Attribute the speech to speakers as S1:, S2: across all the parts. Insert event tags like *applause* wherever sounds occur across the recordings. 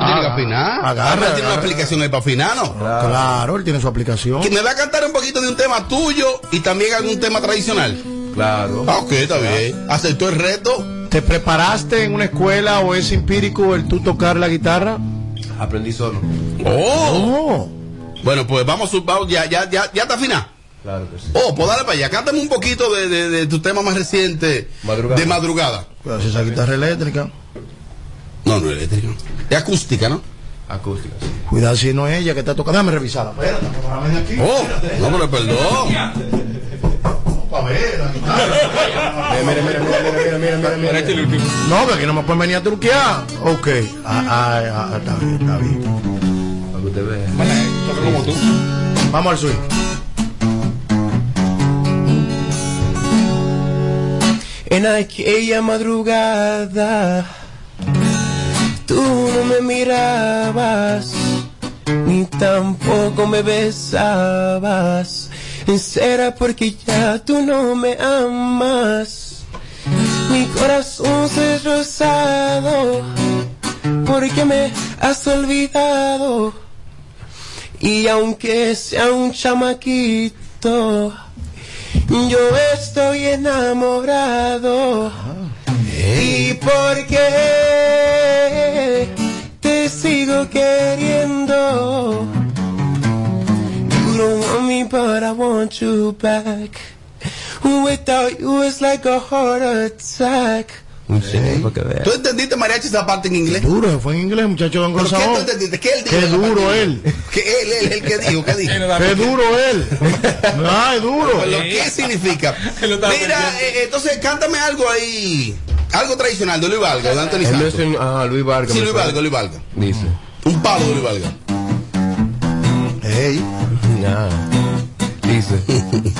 S1: Ah,
S2: afinar.
S3: Agarra,
S2: Ahora tiene
S3: agarra.
S2: una aplicación ahí para afinar, ¿no?
S3: Claro, él tiene su aplicación.
S2: Que me va a cantar un poquito de un tema tuyo y también algún tema tradicional.
S1: Claro.
S2: Ah, ok, está bien. ¿Aceptó el reto?
S3: ¿Te preparaste en una escuela o es empírico el tú tocar la guitarra?
S1: Aprendí solo.
S2: Oh.
S3: No.
S2: Bueno, pues vamos, a- vamos, ya, ya, ya, ya está afinado.
S1: Claro que sí.
S2: Oh, pues dale para allá. Cántame un poquito de, de- de tu tema más reciente.
S1: Madrugada.
S2: De madrugada.
S3: Pues esa guitarra eléctrica.
S2: No, no eléctrico. De acústica, ¿no?
S1: Acústica. sí.
S3: Cuidado si no es ella que está tocando. pues. Dame revisada. Espérate, dame de aquí.
S2: Oh, no, pero perdón.
S3: Pa' ver, la guitarra.
S1: Mira, mira, mira, mira, mira, mira, mira, mira.
S3: No, que aquí no me pueden venir a truquear. Ok. Ah, ah, ah, está bien, está bien.
S1: Para que usted vea.
S3: Vamos al swing.
S4: En aquella madrugada tú no me mirabas, ni tampoco me besabas. Será porque ya tú no me amas. Mi corazón se ha rozado porque me has olvidado. Y aunque sea un chamaquito, yo estoy enamorado. ¿Y por qué te sigo queriendo? You don't want me, but I want you back. Without you, it's like a heart attack.
S2: ¿Tú entendiste, Mariachi, esa parte en inglés?
S3: Duro, se fue en inglés, muchacho
S2: ¿Pero qué tú
S3: anglosajón.
S2: entendiste? ¿Qué él dijo?
S3: Qué
S2: en la parte
S3: duro
S2: en
S3: él.
S2: inglés? ¿Qué él, él, él, qué dijo? ¿Qué dijo?
S3: Qué duro él. Ay, duro.
S2: Pero, ¿Qué
S1: *laughs*
S2: significa? Mira, eh, entonces cántame algo ahí. Algo tradicional de Luis Valga, de Anthony
S1: Él me
S2: Santos.
S1: enseñó- Ajá, Luis Vargas.
S2: Sí,
S1: me
S2: Luis
S1: suena.
S2: Valga, Luis Valga.
S1: Dice.
S2: Un palo de Luis Valga.
S3: Ey.
S1: Nah. Dice.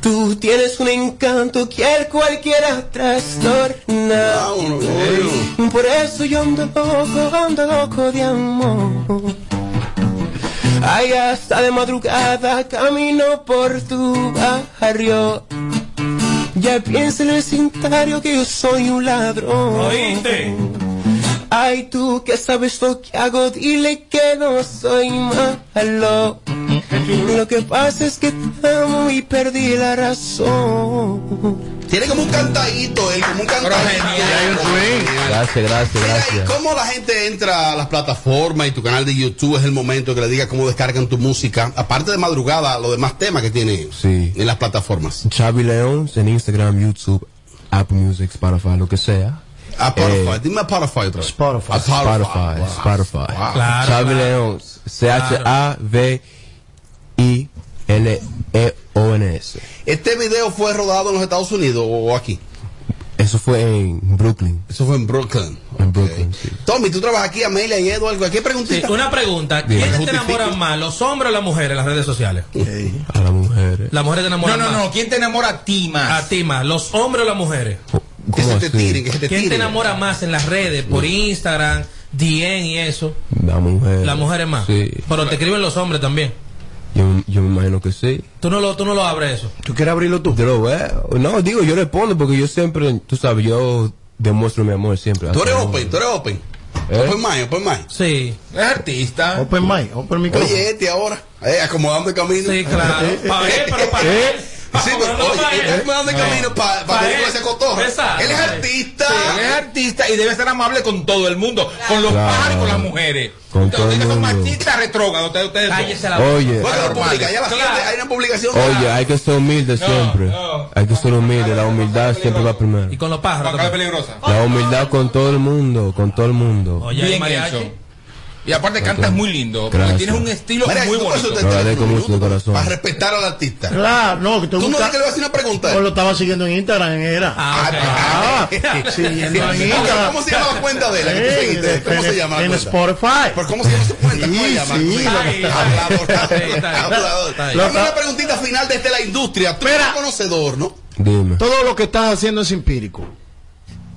S4: Tú tienes un encanto que al cualquiera trastorna.
S2: Vámonos, coño.
S4: Por eso yo ando loco, ando loco de amor. Ay, hasta de madrugada camino por tu barrio. Ya piensa el vecindario que yo soy un ladrón.
S5: ¿Oíste?
S4: Ay, tú que sabes lo que hago, dile que no soy malo. Lo que pasa es que te amo y perdí la razón.
S2: Tiene como un cantadito, él, como un cantadito.
S1: Gracias, gracias,
S2: Mira, ¿y
S1: gracias.
S2: ¿Cómo la gente entra a las plataformas y tu canal de YouTube es el momento que le diga cómo descargan tu música? Aparte de madrugada, los demás temas que tiene
S1: Sí.
S2: en las plataformas.
S1: Xavi León en Instagram, YouTube, Apple Music, Spotify, lo que sea.
S2: A Spotify, dime a Spotify otra vez.
S3: Spotify.
S2: A Spotify.
S1: Eh, Spotify,
S2: Wow.
S1: Spotify.
S5: Claro,
S1: Xavi
S5: claro.
S1: León, E C-H-A-V-I-L-E-O-N-S.
S2: Este video fue rodado en los Estados Unidos o aquí.
S1: Eso fue en Brooklyn.
S2: Eso fue en Brooklyn.
S1: En
S2: Ok.
S1: Brooklyn, sí.
S2: Tommy, tú trabajas aquí, Amelia y Eduardo. ¿Qué
S5: Sí,
S2: preguntita?
S5: una pregunta. ¿Quiénes te enamoran más, los hombres o las mujeres en las redes sociales?
S3: Ey.
S1: A las mujeres.
S5: Las mujeres te
S6: No,
S5: enamoran
S6: no,
S5: más.
S6: no. ¿Quién te enamora a ti más?
S5: A ti más, los hombres o las mujeres.
S2: Que
S1: ¿Cómo
S2: se te
S1: así?
S2: tiren, que se te
S5: ¿Quién te
S2: tiren.
S5: enamora más en las redes, por Instagram, DM y eso?
S1: La mujer.
S5: Las mujeres más.
S1: Sí.
S5: Pero te escriben los hombres también.
S1: Yo, yo me imagino que sí.
S5: Tú no lo, tú no lo abres eso.
S3: ¿Tú quieres abrirlo tú?
S1: Yo lo veo. No, digo, yo respondo porque yo siempre, tú sabes, yo demuestro mi amor siempre.
S2: Tú eres open, tú eres open.
S1: ¿Eh?
S2: Open mind, open mind.
S5: Sí,
S6: Es artista.
S3: Open mic, open micrófono.
S2: Oye, este ahora, eh, acomodando el camino.
S3: *laughs*
S5: sí, claro. Pa' ver, pero pa'
S3: ¿Eh?
S5: pa'
S2: Sí, pero,
S5: cobrarlo
S2: oye,
S5: pa'
S2: él
S5: él.
S2: me manda el camino para
S5: Pa'
S2: que
S5: él.
S2: ese cotorro.
S5: Exacto.
S2: Él es artista.
S6: Él es artista y debe ser amable con todo el mundo, con los
S1: Claro.
S6: pájaros y con las mujeres.
S1: Con
S6: Ustedes
S1: todo el
S6: son
S1: mundo.
S6: machistas retrógrados, ustedes, ustedes son.
S5: Cállese la boca.
S1: Oye,
S2: Bueno, lo
S6: Anormales.
S2: publica, ya la
S5: Claro.
S2: gente, hay una publicación.
S1: oye, hay que ser humilde siempre.
S6: no.
S1: Hay que ser humilde. La humildad siempre va primero.
S5: Y con los pájaros.
S6: Guacala
S5: también.
S6: peligrosa.
S1: La humildad con todo el mundo, con todo el mundo.
S5: Oye,
S6: Bien
S5: mariachi.
S6: hecho. Y aparte cantas muy lindo, porque
S1: Gracias.
S6: tienes un estilo
S2: Mira,
S6: muy
S2: tú puedes
S6: bonito.
S2: soltar
S1: Lo
S2: el
S1: agradezco
S2: teléfono,
S1: mucho de corazón.
S2: Para respetar al artista.
S3: Claro, no, que te
S2: Tú no
S3: gusta.
S2: dijiste que le vas a hacer una pregunta.
S3: O lo estaba siguiendo en Instagram, era.
S5: Ah, ok.
S3: Ah,
S2: *laughs*
S3: siguiendo en Instagram.
S2: ¿Cómo se llama la cuenta de él? ¿Cómo
S3: Ey,
S2: se llama? ¿Cómo se llama la
S3: En
S2: cuenta?
S3: Spotify.
S2: ¿Por cómo se llama su cuenta? ¿Cómo
S3: Sí,
S2: se llama?
S3: sí.
S2: ¿Cómo se llama?
S5: Está ahí, está ahí.
S2: Hablador,
S5: Está ahí.
S2: hablador.
S5: Está ahí.
S2: Dame una preguntita final desde la industria. Tú eres conocedor, ¿no?
S1: Dime.
S3: Todo lo que estás haciendo es empírico.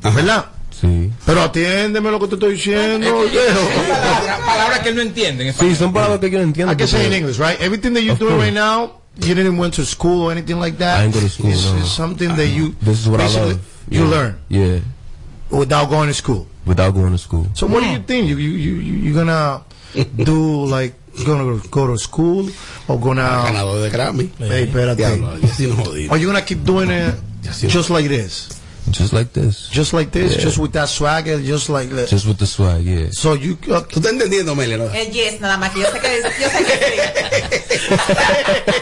S1: ¿Ah,
S3: ¿Verdad?
S1: Sí.
S3: Pero atiéndeme lo que te estoy
S2: *laughs*
S3: diciendo. viejo.
S6: Palabras palabras que él no entiende. en
S1: Sí,
S6: español.
S1: son palabras que yo no entiendo.
S3: I can say in English, right? Everything that you
S1: Of
S3: do
S1: course.
S3: right now, you didn't went to school or anything like that.
S1: I didn't go to school,
S3: It's,
S1: no.
S3: it's something that you
S1: This is what I
S3: basically
S1: love.
S3: you
S1: Yeah.
S3: learn
S1: Yeah.
S3: without going to school.
S7: without going to school.
S3: So what do you think? You you you you you gonna do like gonna go to school or gonna?
S2: Ganador de Grammy.
S3: Hey, espérate.
S2: Diablo, y así no jodí.
S3: Are you gonna keep doing it
S2: Yes, you-
S3: just like this?
S7: Just like this.
S3: Just like this? Just with that swagger? Just like that?
S7: Just with the swag, yeah.
S3: So you uh,
S2: ¿Tú estás entendiendo, Meli? no?
S8: Eh,
S9: El yes, nada más, que yo sé que, yo sé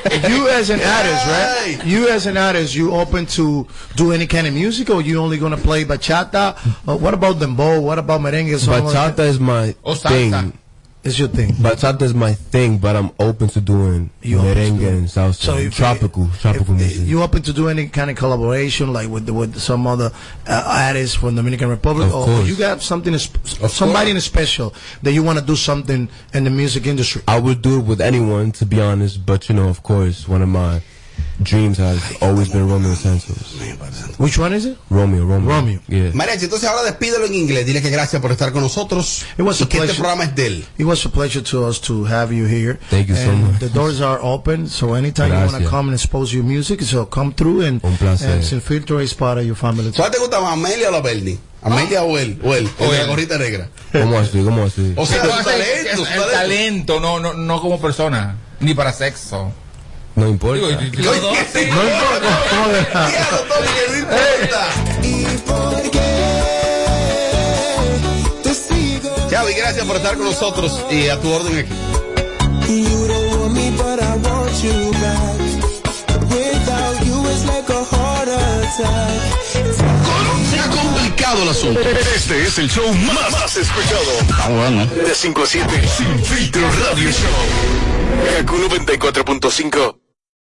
S9: que sí.
S3: you as an artist, right? You as an artist, you open to do any kind of music, or you only gonna play bachata? Or what about dembow? What about merengue? Something like
S7: Bachata
S3: that?
S7: is my
S10: O salsa.
S7: thing.
S3: is your thing.
S7: Bachata is my thing, but I'm open to doing
S3: You open to
S7: merengue
S3: doing-
S7: and salsa,
S3: So
S7: and
S3: if-
S7: tropical, tropical
S3: if-
S7: music.
S3: You open to do any kind of collaboration, like with with some other uh, artists from Dominican Republic,
S7: Of
S3: or
S7: course.
S3: you got something sp-
S2: Of
S3: somebody in special that you want to do something in the music industry?
S7: I would do it with anyone, to be honest. But you know, of course, one of my dreams has always been Romeo Santos.
S3: Which one is it?
S7: Romeo, Romeo,
S3: Romeo.
S7: Yeah.
S2: Mariachi, entonces ahora despídelo en inglés. Dile que gracias por estar con nosotros.
S3: It was
S2: y
S3: a
S2: que este
S3: pleasure.
S2: programa es de él.
S3: It was a pleasure to us to have you here.
S7: Thank you so
S3: And
S7: much.
S3: The doors are open, so anytime you want to
S7: Gracias.
S3: come and expose your music, so come through and,
S7: Un placer.
S3: and sin filtro is part of your
S2: *laughs*
S3: family.
S2: ¿Cuál te gusta más, Amelia o la Bernie? ¿Amelia o él? O él, o
S10: O
S2: la
S10: él.
S2: gorrita negra.
S7: ¿Cómo así? ¿Cómo así?
S2: O
S10: No,
S2: sea, tu
S10: es el,
S2: talento, tu
S10: es el talento, no, no, no como persona, ni para sexo.
S7: No importa.
S10: Digo, y- y-
S2: Oye, sí.
S3: No importa, ¿cómo de-
S2: Diablo, Tommy, que no importa. Xavi, gracias por estar con nosotros y a tu orden aquí.
S11: You don't want me, but I want you back. Without you, it's like a heart attack.
S2: Está complicado el asunto.
S6: Este es el show más, más escuchado. Ah, bueno. De 5 a 7. Sin filtro radio show. Kaku 94.5.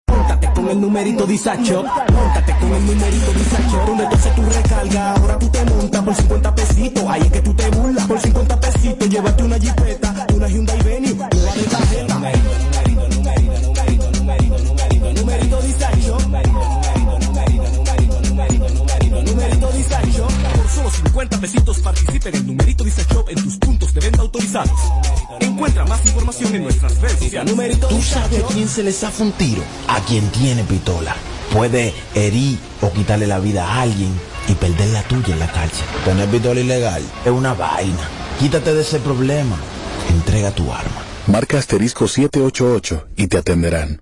S11: Móntate con el numerito disacho. Móntate con el numerito disacho. Donde tú haces tu recarga, ahora tú te montas por 50 pesitos. Ahí es que tú te burlas por 50 pesitos. Llévate una jipeta, una Hyundai Venue, una de tarjeta. Numerito, numerito, numerito, numerito, numerito, numerito, numerito disacho. Numerito, numerito, numerito, numerito, numerito, numerito disacho. Por solo 50 pesitos participa en el numerito disacho en tus puntos de venta autorizados. Encuentra más información en nuestras redes sociales. Numerito
S12: Tú sabes a quién se le zafa un tiro, a quien tiene pistola. Puede herir o quitarle la vida a alguien y perder la tuya en la cárcel. Tener pistola ilegal es una vaina. Quítate de ese problema. Entrega tu arma.
S6: Marca asterisco 788 y te atenderán.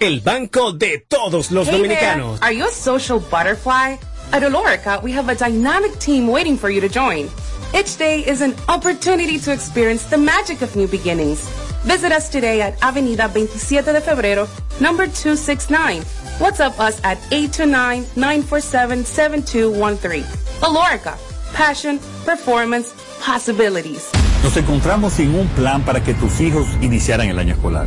S11: el banco de todos los
S9: Hey there,
S11: dominicanos.
S9: are you a social butterfly? At Olorica, we have a dynamic team waiting for you to join. Each day is an opportunity to experience the magic of new beginnings. Visit us today at Avenida 27 de Febrero, number 269. WhatsApp us at 829-947-7213. Olorica, passion, performance, possibilities.
S13: Nos encontramos sin un plan para que tus hijos iniciaran el año escolar.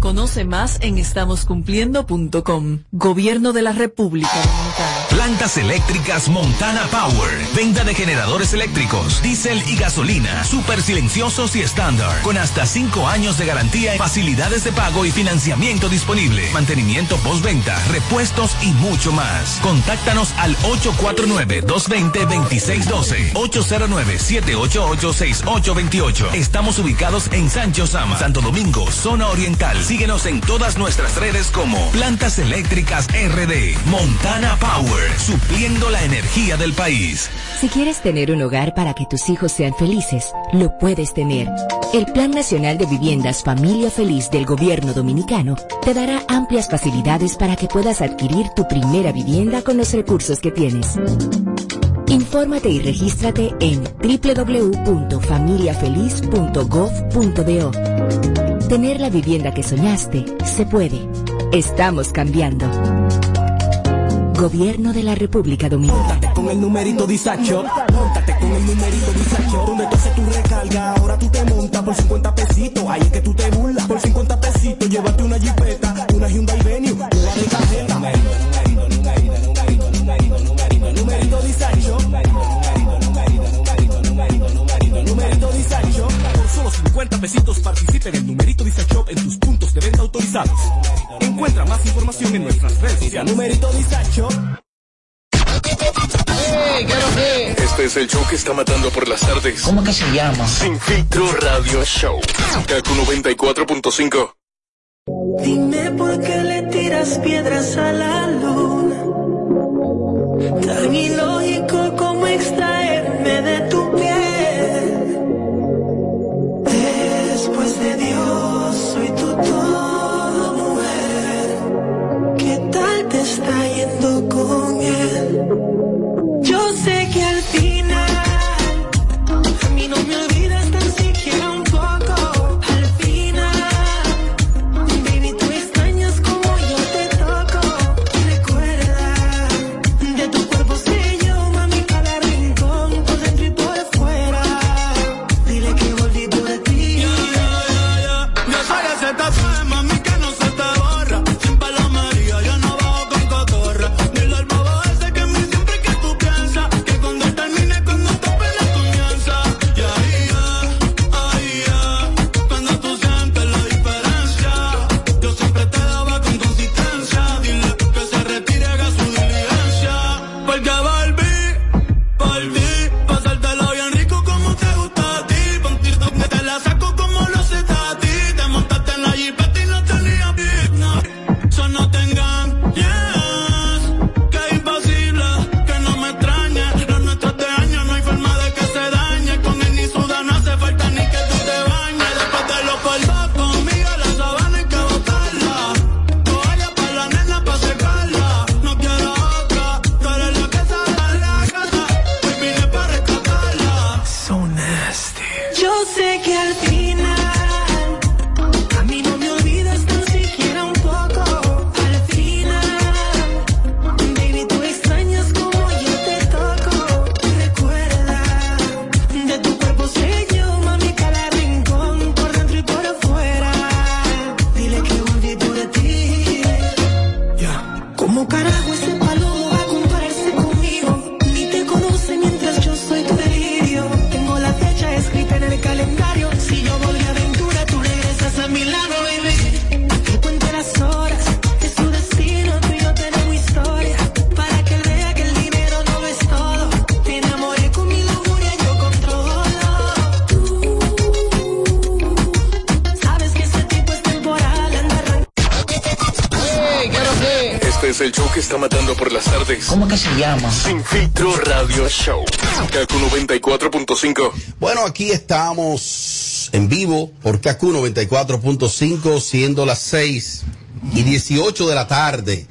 S14: Conoce más en estamoscumpliendo.com. Gobierno de la República Dominicana.
S6: Plantas eléctricas Montana Power. Venta de generadores eléctricos, diésel y gasolina, súper silenciosos y estándar. Con hasta 5 años de garantía, facilidades de pago y financiamiento disponible. Mantenimiento postventa, repuestos y mucho más. Contáctanos al 849-220-2612. 809-788-6828. Estamos ubicados en Sancho Sama, Santo Domingo, zona oriental. Síguenos en todas nuestras redes como Plantas Eléctricas RD, Montana Power, supliendo la energía del país.
S14: Si quieres tener un hogar para que tus hijos sean felices, lo puedes tener. El Plan Nacional de Viviendas Familia Feliz del Gobierno Dominicano te dará amplias facilidades para que puedas adquirir tu primera vivienda con los recursos que tienes. Infórmate y regístrate en www.familiafeliz.gov.do. Tener la vivienda que soñaste se puede. Estamos cambiando. Gobierno de la República Dominicana.
S11: Con el numerito Disacho, montate con el numerito Disacho. Donde tú haces tu recarga, ahora tú te montas por 50 pesitos. Ahí es que tú te burlas. Por 50 pesitos, llévate una jipeta, una Hyundai Venue, una de tarjeta. Numerito, numerito, numerito, numerito, numerito, numerito Disacho. Numerito, numerito, numerito, numerito, numerito, numerito, numerito Disacho. Por solo 50 pesitos participa en el numerito Disacho en tus puntos de venta autorizados. Encuentra más información en nuestras redes sociales. Numerito Disacho.
S6: Este es el show que está matando por las tardes.
S15: ¿Cómo que se llama?
S6: Sin filtro radio show. Kaku 94.5.
S16: Dime por qué le tiras piedras a la luna. Tan ilógico como extraerme de tu piel. Después de Dios, soy tu todo, mujer. ¿Qué tal te está yendo con él? Yo sé que al final, a mí no me olvidas tan siquiera un poco. Al final. Baby, tú extrañas como yo te toco. Recuerda, de tu cuerpo sé yo, mami, cada rincón, por dentro y por fuera. Dile que volví por ti.
S17: Ya sabes esta fe, mami, que no se te borra. Sin palomería, yo no bajo con cotorra. Dile al bobo ese que me siempre que tú piensas. Que cuando termine, cuando tope la comienza. Y ahí ya, ahí ya. Cuando tú sientes la diferencia. Yo siempre te daba con consistencia. Dile que se retire, haga su diligencia. Porque volví, volví. Pasártelo bien rico como te gusta a ti. Pontirte donde te la saco como lo haces a ti. Te montaste en la jipeta y no tenía beat. No, eso no tengan yes. Que imposible que no me extrañe. Los nuestros de años no hay forma de que se dañe. Con él ni suda no hace falta ni que tú te bañes. Después de los polvos conmigo la sabana hay que botarla. Toalla para la nena para secarla. No quiero otra. Tú eres la que sale de la casa. Hoy pues vine para rescatarla.
S16: So nasty. Yo sé que al final a mí no me olvidas tan siquiera un poco. Al final, baby, tú extrañas como yo te toco. Recuerda, de tu cuerpo sé yo, mami, cada rincón, por dentro y por afuera. Dile que volví por ti. ¿Cómo carajo ese palomo va a compararse conmigo? Ni te conoce mientras yo soy tu delirio. Tengo la fecha escrita en el calendario. Si yo voy de aventura, tú regresas a mi lado, baby. Que cuente las horas, es su destino, tú y yo tenemos historia. Para que él vea que el dinero no lo es todo. Te enamoré con mi lujuria, yo controlo. Sabes que ese tipo es temporal, anda
S6: Este es el show que está matando por las tardes.
S15: ¿Cómo que se llama?
S6: Sin filtro radio show. Kaku 94.5.
S2: Bueno, aquí estamos en vivo por KQ 94.5, siendo las 6 y 18 de la tarde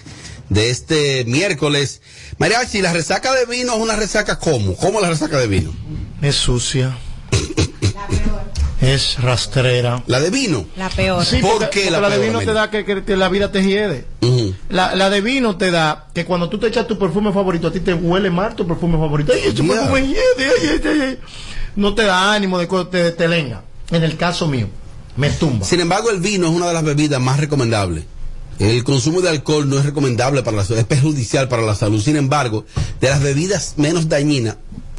S2: de este miércoles. María, si la resaca de vino es una resaca, ¿cómo? ¿Cómo la resaca de vino?
S3: Es sucia. es rastrera.
S2: ¿La de vino?
S8: La peor.
S3: Sí,
S2: ¿Por
S3: porque,
S2: qué
S3: porque
S2: la
S3: la, de
S2: peor,
S3: vino
S2: Amelia?
S3: te da que, que te- la vida te hiede. La, la de vino te da que cuando tú te echas tu perfume favorito, a ti te huele mal tu perfume favorito. Ay, este
S2: Yeah.
S3: perfume hiede, ay, ay, ay, ay. No te da ánimo de co- te, te lenga. En el caso mío, me tumba.
S2: Sin embargo, el vino es una de las bebidas más recomendables. El consumo de alcohol no es recomendable para la salud, es perjudicial para la salud. Sin embargo, de las bebidas menos dañinas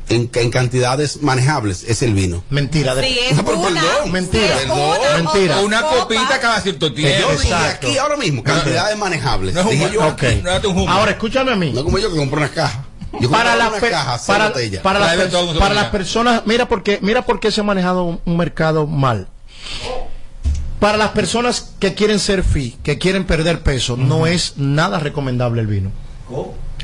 S2: en, en cantidades manejables es el vino.
S3: Mentira.
S2: de-
S8: Sí, es
S2: Pero
S8: una,
S2: perdón,
S8: mentira,
S2: perdón.
S5: O Una copita cada cierto
S2: Que
S5: tiempo.
S2: Yo dije aquí ahora mismo, cantidades manejables.
S5: No es un
S2: Dije
S5: buen-
S2: yo,
S5: ok. No es un humo.
S3: Ahora escúchame a mí.
S2: No como yo que compré unas cajas. Yo
S3: para
S2: compraba
S3: las
S2: unas
S3: per-
S2: cajas, seis
S3: para,
S2: botellas.
S3: para las
S2: Trae de
S3: per-
S2: todo, todo
S3: para
S2: para
S3: las
S2: acá.
S3: personas, mira porque mira por qué se ha manejado un, un mercado mal. Para las personas que quieren ser fit, que quieren perder peso, no es nada recomendable el vino.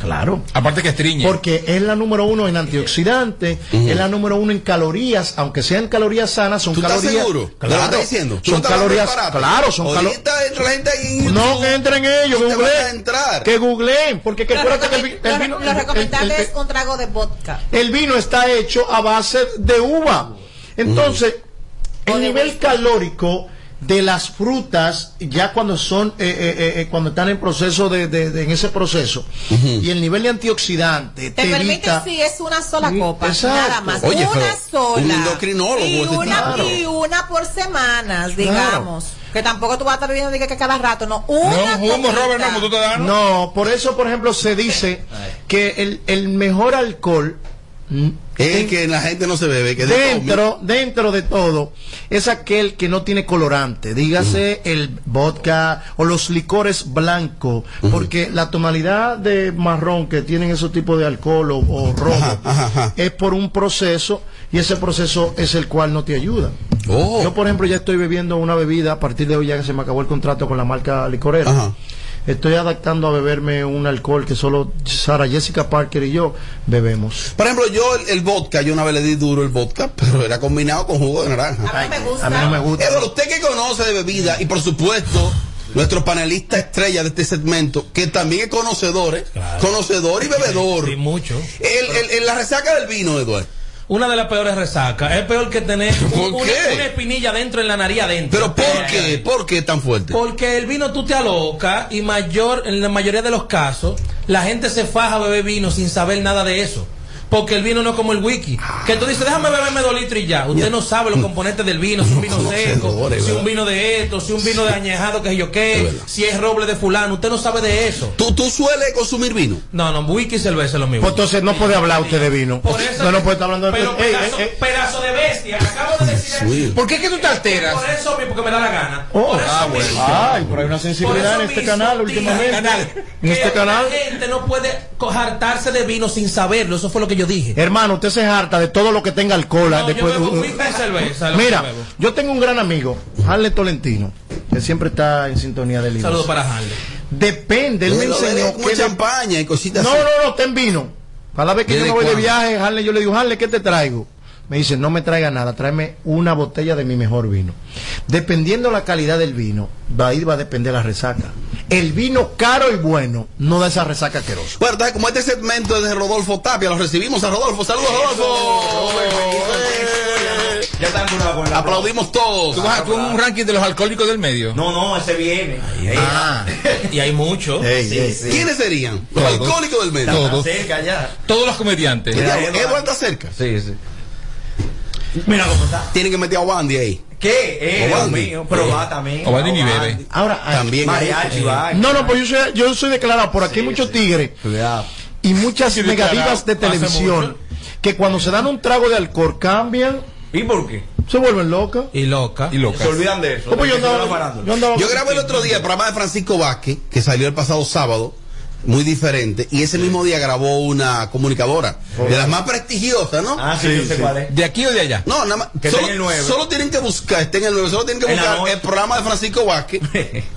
S3: Claro.
S5: Aparte que estriñe.
S3: Porque es la número uno en antioxidantes, es la número uno en calorías, aunque sean calorías sanas, son
S2: ¿Tú estás
S3: calorías.
S2: seguro? ¿Te lo
S3: Claro,
S2: estás diciendo? ¿Tú
S3: Son
S2: no estás hablando
S3: calorías.
S2: disparate?
S3: Claro, son calorías.
S2: Ahorita entra la gente ahí en
S3: No
S2: YouTube.
S3: que entren ellos,
S2: Te
S3: googleen.
S2: vas a entrar.
S3: Que googleen, porque que
S8: Lo,
S3: acuérdate
S2: *laughs*
S3: que el, vi-
S8: recomen-
S3: el
S8: lo-
S3: vino.
S8: lo
S3: el-
S8: recomendable
S3: el- el-
S8: es un trago de vodka.
S3: el vino está hecho a base de uva. Entonces, el nivel calórico de las frutas ya cuando son eh, eh, eh, eh, cuando están en proceso de, de- de- en ese proceso y el nivel de antioxidante
S8: Te permite
S3: evita-
S8: si es una sola copa,
S3: exacto.
S8: nada más.
S3: Oye,
S8: una
S3: pero
S8: sola.
S3: un endocrinólogo,
S8: Y
S3: este
S8: una,
S3: tipo.
S8: y una por semanas, digamos. Que tampoco tú vas a estar viviendo que, que cada rato, no. Una copita.
S3: No, por eso, por ejemplo, se dice que el, el mejor alcohol mm,
S2: Es que la gente no se bebe, que
S3: dentro, dentro de todo es aquel que no tiene colorante, dígase el vodka o los licores blancos, porque la tonalidad de marrón que tienen esos tipos de alcohol o, o rojo es por un proceso y ese proceso es el cual no te ayuda. Yo, por ejemplo, ya estoy bebiendo una bebida a partir de hoy, ya que se me acabó el contrato con la marca licorera. Estoy adaptando a beberme un alcohol que solo Sara Jessica Parker y yo bebemos.
S2: Por ejemplo, yo el, el vodka, yo una vez le di duro el vodka, *laughs* pero era combinado con jugo de naranja.
S8: A mí no me gusta.
S3: a mí no me gusta.
S2: Pero usted que conoce de bebida, y por supuesto, nuestro panelista estrella de este segmento, que también es conocedor, ¿eh? conocedor y bebedor.
S5: Sí, mucho.
S2: El, el- el- la resaca del vino, Eduardo.
S5: Una de las peores resacas. Es peor que
S1: *laughs*
S5: tener un- una, una espinilla dentro en la nariz adentro.
S2: Pero ¿por qué? ¿Por qué tan fuerte?
S5: Porque el vino tú te alocas y mayor, en la mayoría de los casos, la gente se faja a beber vino sin saber nada de eso. Porque el vino no es como el wiki. Que tú dices, déjame beberme dos litros y ya. Usted no sabe los componentes del vino, si un
S2: *laughs*
S5: vino seco, si un vino de esto, si un vino de añejado, que sé yo qué, si es roble de fulano. Usted no sabe de eso.
S2: ¿Tú, tú sueles consumir vino?
S5: No, no, wiki y cerveza es lo mismo.
S3: Pues entonces no puede hablar usted de vino. No, no puede estar hablando de
S5: Pero pues
S3: Ey,
S5: pedazo,
S3: ey,
S5: pedazo de bestia, acabo de decir
S2: eso.
S5: ¿Por qué que tú te alteras? Por eso, porque me da la gana.
S3: Oh,
S5: por eso
S3: ah, bueno.
S5: mismo.
S3: Ay, pero hay una
S5: Por
S3: sensibilidad
S5: eso
S3: en este
S5: mismo,
S3: canal
S5: tía,
S3: últimamente.
S5: canal,
S3: En este
S5: que
S3: canal.
S5: La gente no puede co- hartarse de vino sin saberlo. Eso fue lo que yo dije.
S3: ey. Hermano, usted se harta de todo lo que tenga alcohol.
S5: No,
S3: después,
S5: yo bebo
S3: uh, uh,
S5: whisky y cerveza. lo que
S3: Mira,
S5: bebo.
S3: yo tengo un gran amigo, Harley Tolentino, que siempre está en sintonía del
S5: Un
S3: libro.
S5: saludo para Harley.
S3: Depende, él me
S2: Pero,
S3: enseñó
S2: como
S3: que de-
S2: champaña y cositas
S3: No,
S2: así.
S3: no, no, ten vino. Cada vez que yo
S2: ¿Desde
S3: me voy de
S2: cuándo?
S3: viaje, Harley, yo le digo, Harley, ¿qué te traigo? Me dice, no me traiga nada, tráeme una botella de mi mejor vino. Dependiendo la calidad del vino, va a ir, va a depender la resaca. El vino caro y bueno no da esa resaca asquerosa.
S2: Bueno, entonces, como este segmento es de Rodolfo Tapia, lo recibimos a Rodolfo. ¡Saludos, Rodolfo!
S11: Ya están curados con la
S2: Aplaudimos todos.
S6: ¿Tú vas a tú un ranking de los alcohólicos del medio?
S11: No, no, ese viene.
S2: Ah.
S5: y hay muchos.
S11: Sí, sí.
S2: ¿Quiénes serían? Los
S6: Ah, Todos.
S2: alcohólicos del medio. Ah,
S6: Todos.
S11: Cerca ya.
S6: Todos los comediantes. eh,
S2: Ya, Eduardo está cerca.
S11: Sí, sí.
S2: Mira cómo está. Tienen que meter a Wandy ahí.
S11: ¿Qué? Eh, Dios
S2: Obandi.
S11: mío, pero va también.
S2: Obandi ni
S11: Va,
S2: bebe. Eh,
S11: Obandi.
S3: Ahora, ah,
S11: También Mariachi, hay- va.
S3: No, no, pues yo soy, yo soy declarado. Por aquí hay muchos tigres y muchas
S11: *laughs* Sí, declarado.
S3: negativas de
S11: Pasa
S3: televisión
S11: mucho.
S3: que cuando se dan un trago de alcohol cambian,
S11: ¿Y por qué?
S3: se vuelven locas.
S5: Y loca.
S11: Y loca. Se olvidan de eso.
S3: ¿Cómo
S11: de
S3: yo
S11: que se
S3: andaba-
S11: van parando.
S3: yo andaba-
S2: Yo grabé el otro día el programa de Francisco Vázquez, que salió el pasado sábado, muy diferente, y ese mismo día grabó una comunicadora, de las más prestigiosas, ¿no?
S11: Oh. Ah, sí, yo sé cuál es.
S2: ¿De aquí o de allá? No, nada más.
S11: Que está
S2: solo,
S11: en el nueve.
S2: solo tienen que buscar, está en el 9, solo tienen que
S11: En la
S2: buscar
S11: noche.
S2: el programa de Francisco
S11: *laughs*
S2: Vázquez,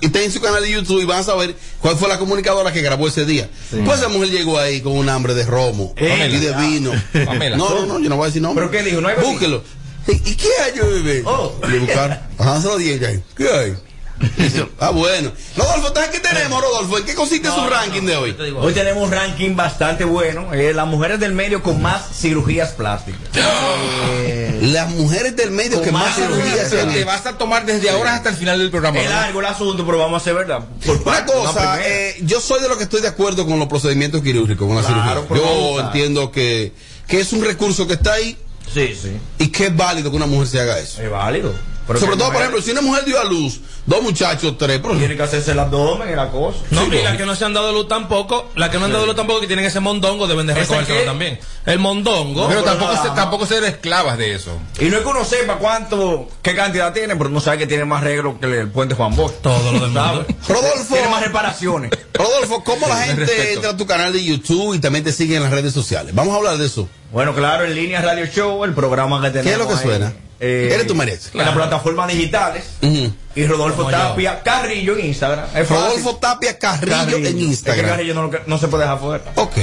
S2: y está en su canal de YouTube, y van a saber cuál fue la comunicadora que grabó ese día. Pues esa mujer llegó ahí con un hambre de romo
S11: Eh,
S2: y de
S11: ya.
S2: vino.
S11: Pamela.
S2: No, no, no, yo no voy a decir nombre.
S11: ¿Pero qué dijo? ¿No hay bebida?
S2: Búsquelo. ¿Y y qué hay, yo, bebé?
S11: Oh.
S2: Le buscaron. Ajá, se lo dije, ya. ¿Qué hay? *laughs* Ah, bueno. Rodolfo, ¿sabes qué tenemos, Rodolfo? ¿En qué consiste su ranking de hoy?
S11: Hoy tenemos un ranking bastante bueno. eh, las mujeres del medio con más cirugías plásticas.
S2: ¡Ah!
S11: Eh,
S2: Las mujeres del medio que más cirugías se han
S6: Te
S2: hecho.
S6: vas a tomar desde ahora hasta el final del programa.
S11: Es
S6: ¿verdad?
S11: largo el asunto, pero vamos a hacer verdad. *laughs* Por
S2: Una
S11: parte,
S2: cosa,
S11: primera.
S2: eh, yo soy de los que estoy de acuerdo con los procedimientos quirúrgicos, con la
S11: Claro,
S2: cirugía.
S11: pero
S2: Yo
S11: vamos a-
S2: entiendo que, que es un recurso que está ahí
S11: Sí, sí.
S2: y que es válido que una mujer se haga eso.
S11: Es válido. Pero
S2: Sobre
S11: que
S2: todo, por
S11: mujeres
S2: ejemplo, si una mujer dio a luz, dos muchachos, tres, pero
S11: Tienen que hacerse el abdomen, el acoso.
S5: No, y las que no se han dado luz tampoco, las que no han dado luz tampoco, que tienen ese mondongo, deben de
S6: ¿Ese
S5: recogérselo
S6: qué?
S5: también. El mondongo.
S6: pero tampoco, se, tampoco ser esclavas de eso.
S11: Y no es que uno sepa cuánto, qué cantidad tiene, pero uno sabe que tiene más arreglo que el, puente Juan Bosch.
S5: Todo lo demás.
S2: Rodolfo.
S11: Tiene más reparaciones.
S2: Rodolfo, ¿cómo la
S11: Sí,
S2: gente
S11: respeto.
S2: entra a tu canal de YouTube y también te sigue en las redes sociales? Vamos a hablar de eso.
S11: Bueno, claro, en línea Radio Show, el programa que tenemos.
S2: ¿Qué es lo que
S11: ahí,
S2: suena?
S11: eh,
S2: Eres tu Mariachi.
S11: En las plataformas digitales.
S2: Ujú.
S11: Y Rodolfo
S2: Como yo.
S11: Tapia Carrillo en Instagram. Es fácil.
S2: Rodolfo Tapia Carrillo, en
S11: Es que
S2: Instagram.
S11: Carrillo no, lo que- no se puede dejar fuera.
S2: Ok.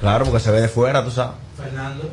S11: Claro, porque se ve de fuera, tú sabes.
S2: Ok,
S11: Fernando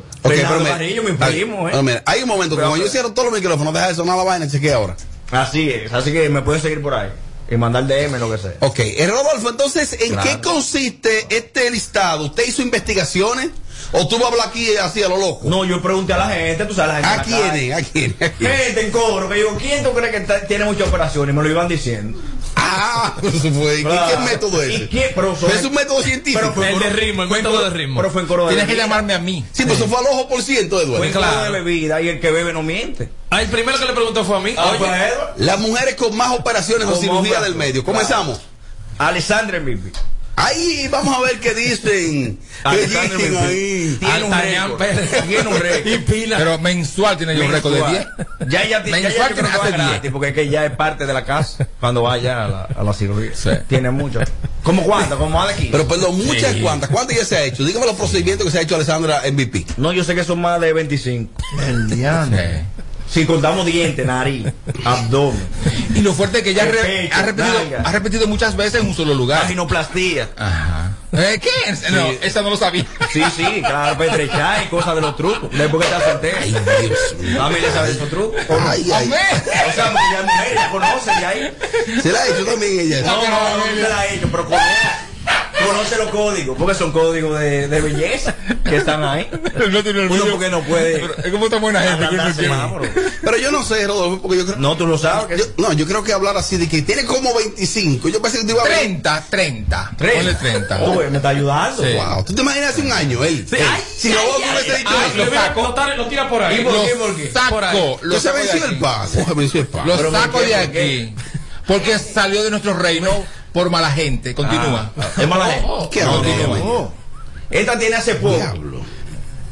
S2: mira,
S11: Carrillo, mi
S2: ay,
S11: primo, eh.
S2: pero mira, hay un momento,
S11: Pero,
S2: como yo
S11: pero-
S2: cierro todos los micrófonos, deja de sonar la vaina, chequea ahora.
S11: Así es. Así que me puedes seguir por ahí. Y mandar DM, lo que sea.
S2: Ok, eh, Rodolfo, entonces, ¿en
S11: Claro.
S2: qué consiste este listado? ¿Usted hizo investigaciones? ¿O tú vas a hablar aquí así a lo loco?
S11: No, yo pregunté a la gente, tú sabes, la gente.
S2: ¿A quiénes? ¿A quiénes?
S11: Gente en cobro, que yo, ¿quién tú crees que ta- tiene muchas operaciones? Me lo iban diciendo.
S2: Ah, *laughs* eso fue.
S11: ¿Y
S2: qué método es ese? Es un método científico. El de ritmo, el método de ritmo.
S11: Pero fue en coro de
S2: Tienes que
S11: llamarme a mí.
S2: Sí, pues eso fue al ojo por ciento, Eduardo.
S11: Fue en coro
S2: Claro.
S11: de bebida y el que bebe no miente.
S5: Ah, el primero que le preguntó fue a mí.
S11: Ah,
S5: Oye,
S11: pues, Eduardo.
S2: Las mujeres con más operaciones o
S11: Con
S2: cirugía
S11: más
S2: del medio. Comenzamos.
S11: Alessandra Mimpi.
S2: Ahí vamos a ver qué dicen. ¿Qué
S6: Alexander
S2: dicen ahí?
S6: Memphis. Altañán Pérez. *laughs* Tiene un récord. Pero mensual tiene yo un récord de 10.
S11: Ya ella tiene
S6: Mensual que hace 10.
S11: gratis, porque es que ya es parte de la casa cuando vaya a la, a la cirugía. Tiene mucho. ¿Cómo cuántas? ¿Cómo más de aquí?
S2: Pero perdón, muchas cuantas. ¿Cuántas ya se ha hecho? Dígame los procedimientos que se ha hecho Alessandra MVP.
S11: No, yo sé que son más de 25.
S3: El diablo.
S11: Si contamos dientes, nariz, abdomen.
S6: Y lo fuerte es que ya
S11: El
S6: re-
S11: pecho,
S6: ha, repetido,
S11: nalga.
S6: ha repetido muchas veces en un solo lugar.
S11: Ginoplastía.
S6: Ajá. Eh, ¿Qué? No, esa no lo sabía.
S11: Sí, sí, claro, para estrechar y cosas de los trucos. Después que te asenté. Ay,
S2: Dios mío.
S11: A mí le sabes esos trucos.
S2: Ay, ay.
S11: O sea, porque ya es mujer, ya conoce, ya ahí.
S2: ¿Se la ha hecho también ella?
S11: No, no, no se la he hecho, pero conoce, conoce los códigos, porque son códigos de, de belleza que están ahí. Uno porque no puede.
S6: Es como tan buena gente que uno
S11: ablandarse
S6: tiene.
S11: más, bro.
S2: Pero yo no sé, Rodolfo, porque yo creo.
S11: No, tú lo sabes.
S2: Yo- no, yo creo que hablar así de que tiene como 25. Yo pensé que te iba a
S6: 30, 30. Ponle 30.
S11: Tú, me está ayudando.
S6: Sí.
S2: Wow. ¿Tú te imanas hace un año él? él. si Rodolfo hubiese dicho
S5: ay,
S2: eso.
S5: lo, saco. Lo, tira- lo tira por ahí.
S2: ¿Y por
S5: Lo
S2: qué, por qué?
S5: saco,
S6: Por ahí.
S2: Que se venció el paso. Se venció el paso.
S6: Lo
S2: Pero
S6: saco
S2: ¿por qué?
S6: de aquí. Porque salió de nuestro reino por mala gente. Continúa.
S5: Ah,
S11: Es mala gente.
S2: ¿Qué
S6: No,
S2: hablo?
S6: continúa.
S11: Esta tiene hace poco.
S2: Diablo.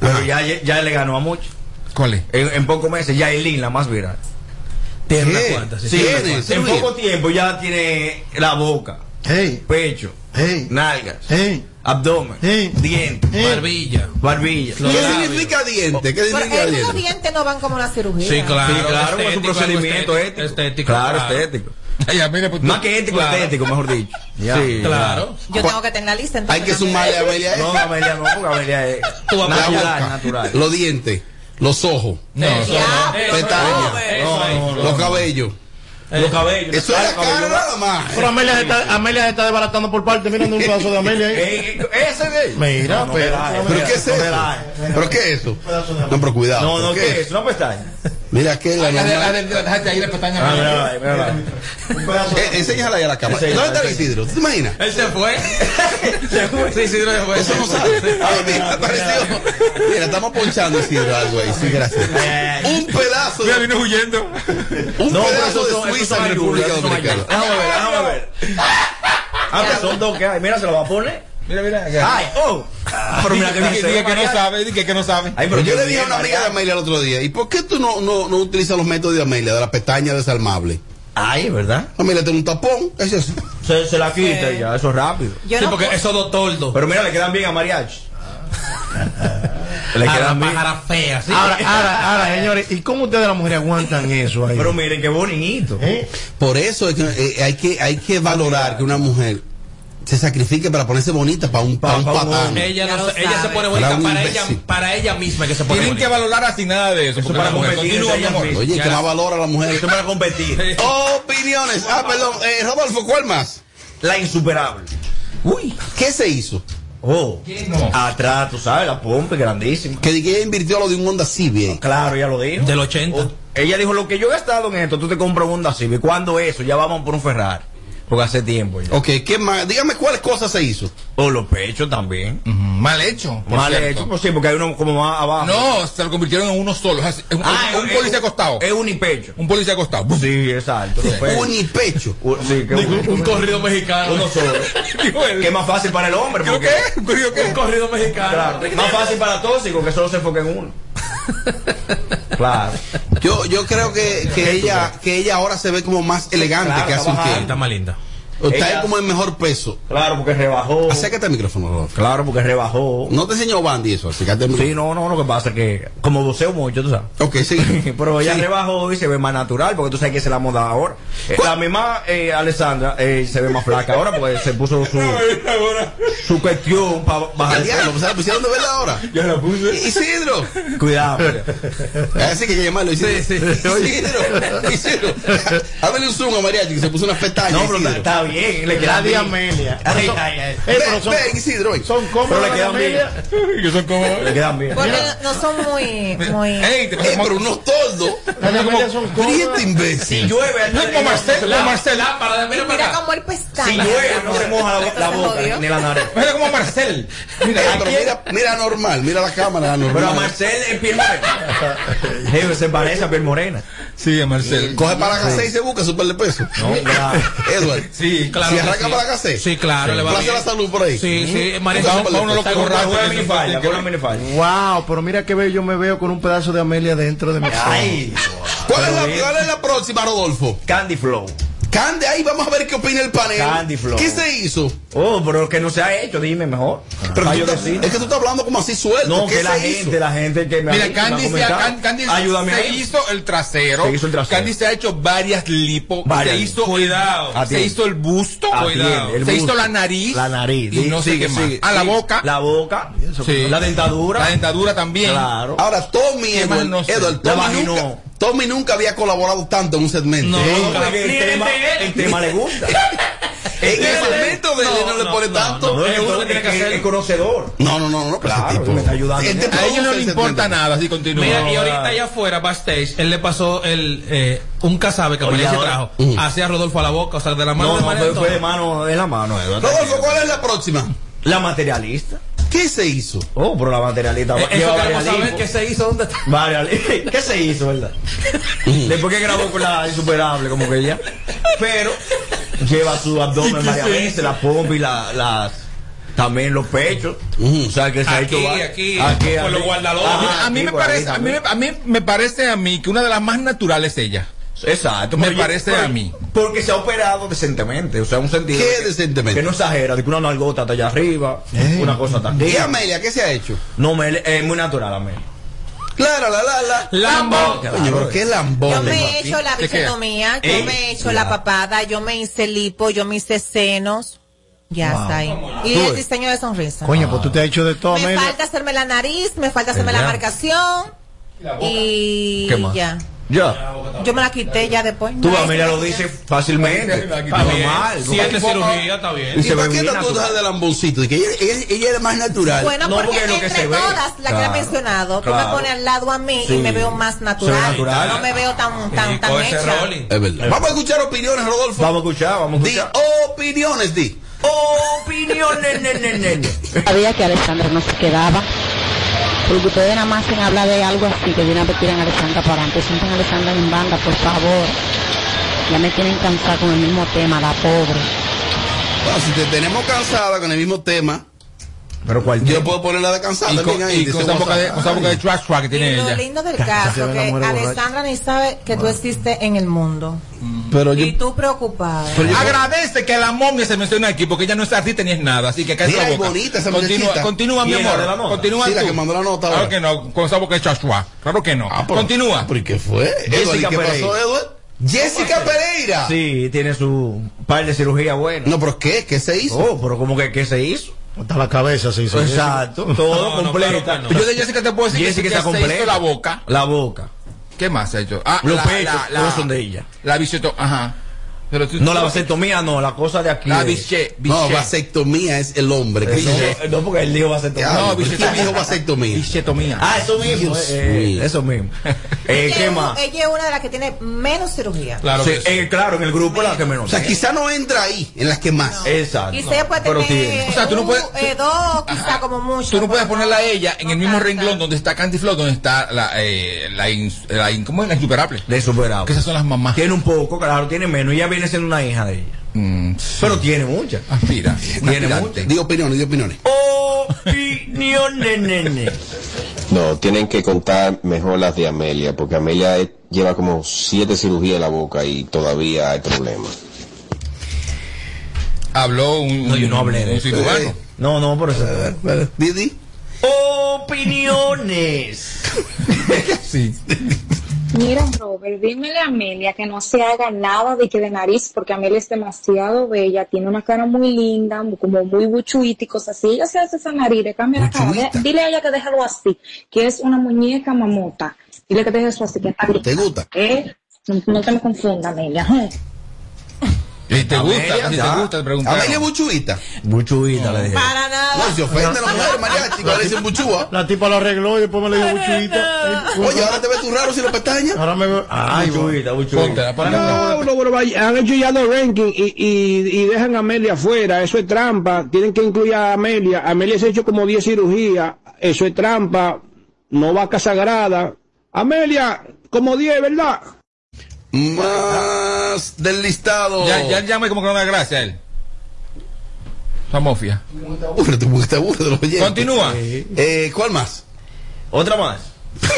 S11: Pero ya, ya le ganó a muchos.
S6: ¿Cuál es?
S11: En, en pocos meses, ya Eileen, la más viral.
S5: Tiene
S2: ¿Qué?
S5: unas cuantas. sí,
S11: Sí,
S5: tiene unas
S2: ¿Tiene?
S5: cuantas.
S11: en poco tiempo ya tiene la boca,
S3: Hey,
S11: pecho,
S3: hey,
S11: nalgas,
S3: hey.
S11: abdomen,
S3: Sí.
S11: dientes,
S3: Eh.
S5: Barbilla.
S11: barbilla.
S2: ¿Qué significa diente? ¿Qué
S8: Pero
S2: significa
S8: es que los
S2: diente?
S8: dientes no van como la cirugía.
S5: Sí, claro.
S11: Sí, claro,
S5: Estético,
S11: es un
S5: algo
S11: procedimiento
S5: estético,
S11: ético.
S5: estético,
S11: Claro,
S5: claro.
S11: estético.
S6: Ay, ya, mire, pues,
S11: Más que ético,
S5: Claro.
S11: estético, mejor dicho. Sí,
S5: Claro.
S8: Yo tengo que tener la lista.
S2: Hay
S8: entonces,
S2: que
S8: también.
S2: sumarle a Amelia
S11: No,
S2: eso.
S11: Amelia no, porque Amelia es
S5: Tú vas a
S2: La
S11: natural,
S2: boca,
S11: natural.
S2: los dientes, los ojos,
S6: No,
S5: Eso,
S11: Ah,
S8: Ya,
S5: eso,
S2: pestañas.
S5: no, eso,
S11: No, no, Eh,
S5: eso.
S2: los cabellos.
S11: Los cabellos.
S2: Eso es la cara nada más.
S3: Pero Amelia se está, Amelia se está desbaratando por parte. Mira, un
S11: *laughs*
S3: pedazo de Amelia ahí.
S11: Eh, eh, ese de él.
S3: Mira,
S11: no,
S3: pero-
S11: relaje,
S2: ¿Pero qué es
S11: no
S2: eso?
S11: relaje.
S2: ¿Pero qué es eso? No, pero cuidado.
S11: No, no, pues,
S2: ¿qué
S11: ¿qué
S2: es?
S11: es? Una pestaña.
S2: Mira que la
S6: Ay,
S2: normal-
S6: dale, dale, dale, Déjate ahí la pestaña.
S11: Ah,
S6: mira.
S11: mira, mira, mira.
S2: Eh, enséñala ahí a la cámara.
S11: Enséñala,
S2: ¿Dónde está Isidro? ¿Tú te imaginas?
S5: Él se
S6: *laughs*
S5: fue. Sí, sí, no se fue.
S2: Eso no sabe. Ay, mira, apareció. Mira, estamos ponchando Isidro algo ahí. Sí, gracias. *laughs* Un pedazo
S6: Ah, Mira,
S2: de,
S6: vino huyendo.
S2: un
S11: No, pero
S2: pedazo
S11: esos son-
S2: de
S11: esos
S2: Suiza
S11: son
S2: en
S11: ayudas,
S2: República
S11: esos son
S2: Dominicana.
S11: ayudas. Déjame ver, déjame ver. Ah, pero son dos que hay. Mira, se lo va a poner.
S6: Mira, mira.
S11: Ay, oh. Pero mira
S2: *laughs*
S11: que
S6: Dice
S11: dice
S6: dice que no sabe, dice que no sabe.
S11: Ay, pero
S2: Pero yo
S11: qué
S2: le dije a
S11: bien,
S2: una amiga de
S11: Mariano.
S2: Amelia el otro día, ¿y por qué tú no, no, no utilizas los métodos de Amelia, de la pestaña desarmable?
S11: Ay, ¿verdad?
S2: Amelia tiene un tapón, eso es
S11: Se, se la quita
S2: Eh,
S11: y ya, eso es rápido.
S8: Yo
S5: Sí,
S8: no
S5: porque eso dos toldos.
S11: Pero mira, le quedan bien a Mariachi. le
S5: Ahora,
S11: quedan bien.
S5: pájara fea, sí.
S3: Ahora, ahora, ahora, señores, ¿y cómo ustedes las mujeres aguantan eso ahí?
S11: Pero miren, qué bonito.
S3: ¿Eh?
S2: Por eso es que, eh, hay que hay que valorar que una mujer se sacrifique para ponerse bonita para un, para un
S11: Pa- pa' un
S2: patán.
S11: hombre.
S5: ella,
S8: Ya
S5: no
S8: lo
S5: se- ella se
S8: sabe.
S5: pone bonita
S2: Para un
S5: para ella,
S2: imbécil.
S5: para ella misma que se pone
S6: Tienen que
S5: bonita.
S6: valorar así nada de eso. porque
S11: para
S6: la mujer
S11: competir,
S6: continúa,
S11: ella
S6: mi amor.
S11: misma.
S2: Oye, que más valora a la mujer.
S11: Esto para competir.
S2: Opiniones. Ah, perdón. Eh, Rodolfo, ¿cuál más?
S11: La insuperable.
S2: Uy. ¿Qué se hizo?
S11: Oh.
S6: no?
S11: Atrás, tú sabes, la pompa es grandísima.
S2: Que ella invirtió lo de un Honda Civic.
S11: Claro, ya lo dijo.
S5: Del 80.
S11: O- ella dijo, lo que yo he gastado en esto, tú te compras un Honda Civic. ¿Cuándo eso? Ya vamos por un Ferrari. Porque hace tiempo ya.
S2: Ok, ¿qué más? Dígame cuáles cosas se hizo.
S11: O los pechos también.
S6: Ujú, Mal hecho. por
S11: Mal
S6: cierto.
S11: hecho, pues sí, porque hay uno como más abajo.
S6: No, se lo convirtieron en uno solo. Es así, es un,
S11: Ah,
S6: es un
S11: es-
S6: policía acostado.
S11: Es unipecho.
S6: Un policía acostado. ¡Bum!
S11: Sí, exacto. los pechos. *laughs*
S2: Unipecho.
S11: U- Sí, que
S5: Un, un corrido mexicano.
S11: uno solo.
S6: Dijo él.
S11: que es más fácil para el hombre.
S6: ¿Creo
S11: Porque,
S6: que es? ¿Creo que
S5: Un
S6: es?
S5: corrido mexicano.
S11: Claro, más fácil para tóxico que solo se enfoque en uno. Claro.
S2: Yo, yo creo que, que ella, que ella ahora se ve como más elegante
S11: Claro,
S2: que hace un
S11: está
S5: Está
S2: tiempo.
S5: más linda.
S2: Está
S11: Ella-
S2: como en mejor peso.
S11: Claro, porque rebajó.
S2: Acércate al micrófono, Rodolfo.
S11: Claro, porque rebajó.
S2: No te enseñó Bandy eso, acércate al
S11: Sí,
S2: micrófono.
S11: no, no, lo que pasa es que como voceo mucho, tú sabes.
S2: Ok, sí.
S11: *laughs* Pero ella
S2: Sí.
S11: rebajó y se ve más natural, porque tú sabes que se la moda ahora. Eh, La misma eh, Alessandra eh, se ve más flaca ahora, porque se puso
S2: *laughs*
S11: su, su cuestión para bajar
S2: Al
S11: el
S2: diablo,
S11: pelo.
S2: pues, ¿se la pusieron de verdad
S11: *laughs*
S2: ahora?
S6: Ya la puse.
S2: Isidro.
S11: Cuidado. mira. ¿Eh? *laughs*
S2: Así que hay que llamarlo Isidro.
S5: Sí, sí.
S2: *laughs* Isidro. Isidro. Háblale un zoom a Mariachi que se puso una pestaña.
S11: No, pero
S2: Isidro.
S11: está, está bien, le
S3: queda
S11: queda
S3: de
S11: bien.
S3: Amelia.
S11: Ay,
S3: Son-
S11: ay, ay.
S3: Eh, pero son,
S11: Ven, Isidro, ven.
S3: son cómodas
S11: Pero le
S3: las
S11: quedan bien.
S3: Amelia.
S6: *laughs* Que son como.
S11: Le quedan bien.
S8: Porque no son muy. muy...
S6: Ey, te
S2: Eh, pero unos toldos. Prieta imbécil.
S11: Si llueve,
S2: No es como Marcel, como Marcel.
S6: Lámpara, mira para
S8: Mira
S6: acá.
S8: cómo él pestaña.
S11: Si llueve, no se moja la, bo- la boca ni la nariz.
S6: Mira como Marcel.
S2: Mira, pero mira, mira normal, mira la cámara normal.
S11: Pero a Marcel es piel morena. Jefe, se parece a piel morena.
S6: Sí, a Marcel.
S2: Coge para la casa y se busca su par de pesos.
S11: No, ya.
S2: *laughs* Edward.
S6: Sí, claro.
S2: Si
S6: que
S2: arranca
S6: sí.
S2: para la casa.
S5: Sí, claro, le va
S2: Plaza
S5: bien.
S2: la salud por ahí.
S5: Sí, sí, María,
S2: Plaza
S5: vamos a uno lo que
S2: Salud.
S5: corra.
S11: Con una minifalda, con una minifalda.
S3: Wow, pero mira qué bello yo me veo con un pedazo de Amelia dentro de mi
S11: Ay.
S2: ¿Cuál es, la, cuál es la próxima, Rodolfo?
S11: Candy Flow.
S2: Candy, ahí vamos a ver qué opina el panel.
S11: Candy Flow.
S2: ¿Qué se hizo?
S11: Oh, pero que no se ha hecho, dime mejor.
S2: Pero
S11: Para
S2: tú
S11: yo
S2: estás-
S11: decir.
S2: es que tú estás hablando como así suelto.
S11: No,
S2: ¿Qué
S11: que la
S2: se hizo?
S11: gente, la gente que me ha
S6: Mira,
S11: dicho, me ha
S6: Candy se, ha,
S11: comentado.
S6: Can- Candy
S11: Ayúdame
S6: se
S11: ahí.
S6: hizo el trasero.
S11: Se hizo el trasero.
S6: Candy se ha hecho varias lipo.
S11: Varias.
S6: Se hizo,
S5: Cuidado.
S6: se
S11: Atiende.
S6: hizo el busto.
S11: Atiende,
S6: Cuidado.
S11: el
S6: se
S11: busto.
S6: hizo la nariz.
S11: La nariz.
S6: Y no sé
S11: Sigue,
S6: qué más.
S11: sigue.
S6: Ah, la boca.
S11: La boca.
S6: Sí.
S11: La dentadura. Ah,
S6: La
S11: pues,
S6: dentadura también.
S11: Claro.
S2: Ahora, Tommy,
S6: ¿Qué más
S2: Edward,
S6: no sé?
S2: Edward,
S11: La
S2: Tommy,
S11: vaginó.
S2: nunca, Tommy nunca había colaborado tanto en un segmento.
S11: Sí,
S5: nunca.
S11: porque
S5: Ni en
S11: el,
S5: el
S11: tema,
S5: de él.
S11: el tema le gusta.
S2: En el segmento de él no, le pone tanto.
S11: No,
S5: No,
S11: es,
S5: uno
S11: todo-
S5: tiene
S11: es
S5: que
S11: que
S5: hacer-
S11: es conocedor.
S2: No, no, no, no, pero
S11: Claro,
S2: ese tipo.
S11: me está ayudando.
S2: Él te
S6: A ellos no
S2: produce
S6: les
S2: el
S6: importa
S2: segmento.
S6: nada, así continúa.
S5: Mira, y ahorita
S11: ahora-
S5: allá afuera, backstage, él le pasó el, eh, un cazabe que
S11: Oye,
S5: María se
S11: ahora-
S5: trajo. Hacía Rodolfo a la boca, o sea, de la mano
S11: No,
S5: de
S11: no,
S5: María
S11: fue, fue
S5: Antonia.
S11: de mano, de la mano, Eduardo.
S2: Rodolfo, ¿cuál es la próxima?
S11: La materialista.
S2: ¿Qué se hizo?
S11: Oh, pero la materialista
S5: Eh, Eso
S11: lleva
S5: queremos
S11: varias
S5: saber
S11: linfos.
S5: qué se hizo, dónde está.
S11: Varias li- *laughs* ¿Qué se hizo, verdad? Después que grabó con la insuperable, como que ella. Pero lleva su abdomen varias veces, la pompa y la- las. También los pechos. O sea, que se ha
S5: Aquí,
S11: hecho. va-
S5: aquí, por los guardadores.
S6: A mí,
S11: Ajá,
S6: a mí
S11: Ah, aquí,
S6: me
S11: por aquí
S6: parece, a mí,
S11: también.
S6: me- a mí me parece a mí que una de las más naturales es ella.
S11: Exacto,
S6: Me
S11: porque-
S6: parece a mí.
S11: Porque se ha operado decentemente, o sea, un sentido.
S2: ¿Qué
S11: de que-
S2: decentemente? Eh.
S11: Que no exagera, de que una nalgota está allá arriba, una cosa está
S2: ¿Y Amelia qué se ha hecho?
S11: No, me, es muy natural, Amelia.
S2: Claro, la, la, la.
S5: Lambo.
S2: Coño, pero qué lambón.
S8: Yo me
S2: hermano.
S8: he hecho la
S6: ¿Te queda?
S8: bichectomía, yo
S11: ¿Eh?
S8: me he hecho la papada, yo me hice lipo, yo me hice senos. Ya está ahí. Y
S3: Tú
S8: el
S3: ves.
S8: diseño de sonrisa.
S3: Coño, pues tú te has hecho de todo,
S8: me
S3: Amelia.
S8: falta hacerme la nariz, me falta hacerme la marcación. Y
S6: ¿Qué más?
S8: ya.
S11: Ya.
S8: Yo me la quité ya después.
S11: Tú,
S8: No,
S11: Amelia
S8: no,
S11: lo
S8: no.
S11: dice fácilmente.
S6: Está bien.
S11: Normal.
S5: Si es de cirugía, está bien.
S11: Y
S2: ¿Y
S11: se
S2: para
S11: ve
S2: qué
S11: muy
S2: la tú
S11: natural.
S2: dejas de lamboncito? Y que ella, ella, ella es más natural.
S8: Bueno,
S11: No,
S8: porque,
S11: porque es lo que
S8: entre
S11: se ve.
S8: todas las que
S11: Claro,
S8: he mencionado, tú me
S11: claro.
S8: pones al lado a mí y
S11: Sí.
S8: me veo más natural.
S11: natural.
S8: No me veo tan, tan,
S5: Y
S8: tan
S5: coge ese
S8: hecha.
S5: rolling.
S2: Es verdad. Vamos a escuchar opiniones, Rodolfo.
S11: Vamos a escuchar, vamos a
S2: Di
S11: escuchar.
S2: opiniones, di.
S11: Opiniones, ne, ne, ne, ne.
S18: Sabía que Alexander no se quedaba. Porque ustedes nada más en hablar de algo así, que de una vez tiran a Alexander para adelante. Sientan a Alexander en banda, por favor. Ya me tienen cansada con el mismo tema, la pobre.
S2: Bueno, si te tenemos cansada con el mismo tema,
S11: Pero cuál
S2: yo puedo poner la de cansada.
S6: Y con,
S2: Miren ahí,
S6: y
S2: dice
S6: con esa boca de,
S2: WhatsApp.
S6: con esa boca de trash track que
S8: Y
S6: tiene
S8: lo
S6: ella.
S2: *laughs*
S8: lindo del
S3: se ve
S8: caso
S3: la mujer
S8: que
S3: borracha.
S8: Alessandra ni sabe que tú existes en el mundo.
S2: Pero yo.
S8: Y tú preocupada.
S6: Agradece que la momia se menciona aquí porque ella no es artista ni es nada, así que cae
S2: Mira,
S6: la
S2: es
S6: boca.
S2: bonita esa
S6: continúa,
S2: muchachita.
S6: continúa mi
S11: ¿Quién, la de la
S6: amor.
S11: nota?
S6: Continúa
S2: Sí, la
S6: tú.
S2: que mandó la nota
S6: Claro
S2: ahora.
S6: que no, con esa boca de trash track. Claro que no.
S2: Ah, pero-
S6: continúa.
S2: ¿Por qué fue? Edward, Eh, ¿y
S11: Jessica
S2: ¿Qué pasó,
S11: Pereira.
S2: Edward? Jessica Pereira.
S11: Sí, tiene su par de cirugía buena.
S2: No, pero ¿qué? ¿Qué se hizo?
S11: Oh, pero como que qué se hizo.
S3: Hasta la cabeza se hizo.
S11: Exacto.
S5: No,
S11: Todo
S5: no,
S11: completo.
S5: claro que no.
S6: Yo de Jessica te puedo decir
S11: Jessica
S6: que
S11: está
S6: se
S11: completa.
S6: hizo la boca.
S11: La boca.
S6: ¿Qué más se ha hecho? Ah,
S11: Los
S6: la,
S11: pechos,
S6: la, la-
S11: todos son de ella.
S6: La bicheto, ajá. Pero tú-
S11: No la vasectomía, no, la cosa de aquí.
S6: La
S11: es-
S6: biche, biche.
S2: No, vasectomía es el hombre. que
S11: Eso-
S2: hizo-
S11: no, porque él dijo vasectomía.
S2: No,
S6: No,
S2: ¿quién
S6: bichetomía.
S2: dijo vasectomía?
S6: Bichetomía.
S11: Ah, eso mismo.
S2: Dios
S11: eh,
S2: mío.
S11: eso
S2: *laughs*
S11: mismo. Eh,
S8: ella,
S11: ¿Qué
S8: es-
S11: más?
S8: ella es una de las que tiene menos cirugía.
S5: Claro
S11: Sí,
S5: que sí.
S11: eh, claro, en el grupo la que
S2: O
S11: menos.
S2: sea, quizá no entra ahí, en las que más.
S11: Exacto.
S8: Quizá ella puede
S11: Pero
S8: tener
S11: tiene.
S6: O sea, tú no
S8: pues, un,
S6: puedes-
S8: eh, dos, quizá
S6: Ajá.
S8: como mucho.
S6: Tú no puedes
S8: pero
S6: ponerla a ella en
S8: no
S6: el mismo
S8: tanta.
S6: renglón donde está Candy Flow, donde está la, eh, la, ins- la in- ¿cómo es? La insuperable.
S11: De superado.
S6: Que esas son las mamás.
S11: Tiene un poco, claro, tiene menos. Ella viene siendo una hija de ella.
S6: Mm, sí.
S11: Pero tiene muchas.
S6: aspira.
S11: Tiene
S6: aspirante.
S11: mucho.
S2: Di opiniones, di opiniones.
S11: Opiniones, nene.
S19: No, tienen que contar mejor las de Amelia, porque Amelia eh, lleva como siete cirugías en la boca y todavía hay problemas.
S6: Habló un,
S11: No, yo no hablé de
S6: un
S11: eso.
S6: cirujano.
S11: No, no, por
S20: Eh,
S11: eso.
S2: Di, di.
S11: Opiniones.
S6: Sí.
S21: Mira,
S22: Pues
S21: Robert, dímele a Amelia que no se haga nada de que de nariz, porque Amelia es demasiado bella, tiene una cara muy linda, mu- como muy buchuita y cosas así. Ella se hace esa nariz, le cambia la cara.
S2: Buchuita.
S21: de- Dile a ella que déjalo así, que es una muñeca mamota. Dile que deje eso así, que está bien.
S2: ¿Te gusta?
S21: ¿Eh? No, no te me confunda, Amelia.
S6: ¿Y te gusta?
S2: Amelia,
S6: ¿Y te
S2: ya.
S6: gusta? Te preguntaron.
S2: Amelia Buchuita.
S23: Buchuita le dije.
S8: Para nada.
S2: No, se ofende la mujer, mariachi, que le dicen buchúa.
S3: La tipa lo arregló y después me le dio buchuita.
S2: Oye, ahora te ves tú raro sin las pestañas.
S3: Ahora me veo. Ay,
S11: buchuita,
S3: buchuita.
S20: No, no, pero vaya, han hecho ya los rankings y, y, y dejan a Amelia afuera. Eso es trampa. Tienen que incluir a Amelia. Amelia se ha hecho como 10 cirugías. Eso es trampa. No vaca sagrada. Amelia, como 10, ¿verdad?
S2: Más del listado.
S6: Ya, ya él llama y como que no da gracia a él. Esa mofia.
S2: Aburre, te gusta, aburre de los oyentes.
S6: Continúa.
S2: Eh, ¿Cuál más?
S11: Otra más.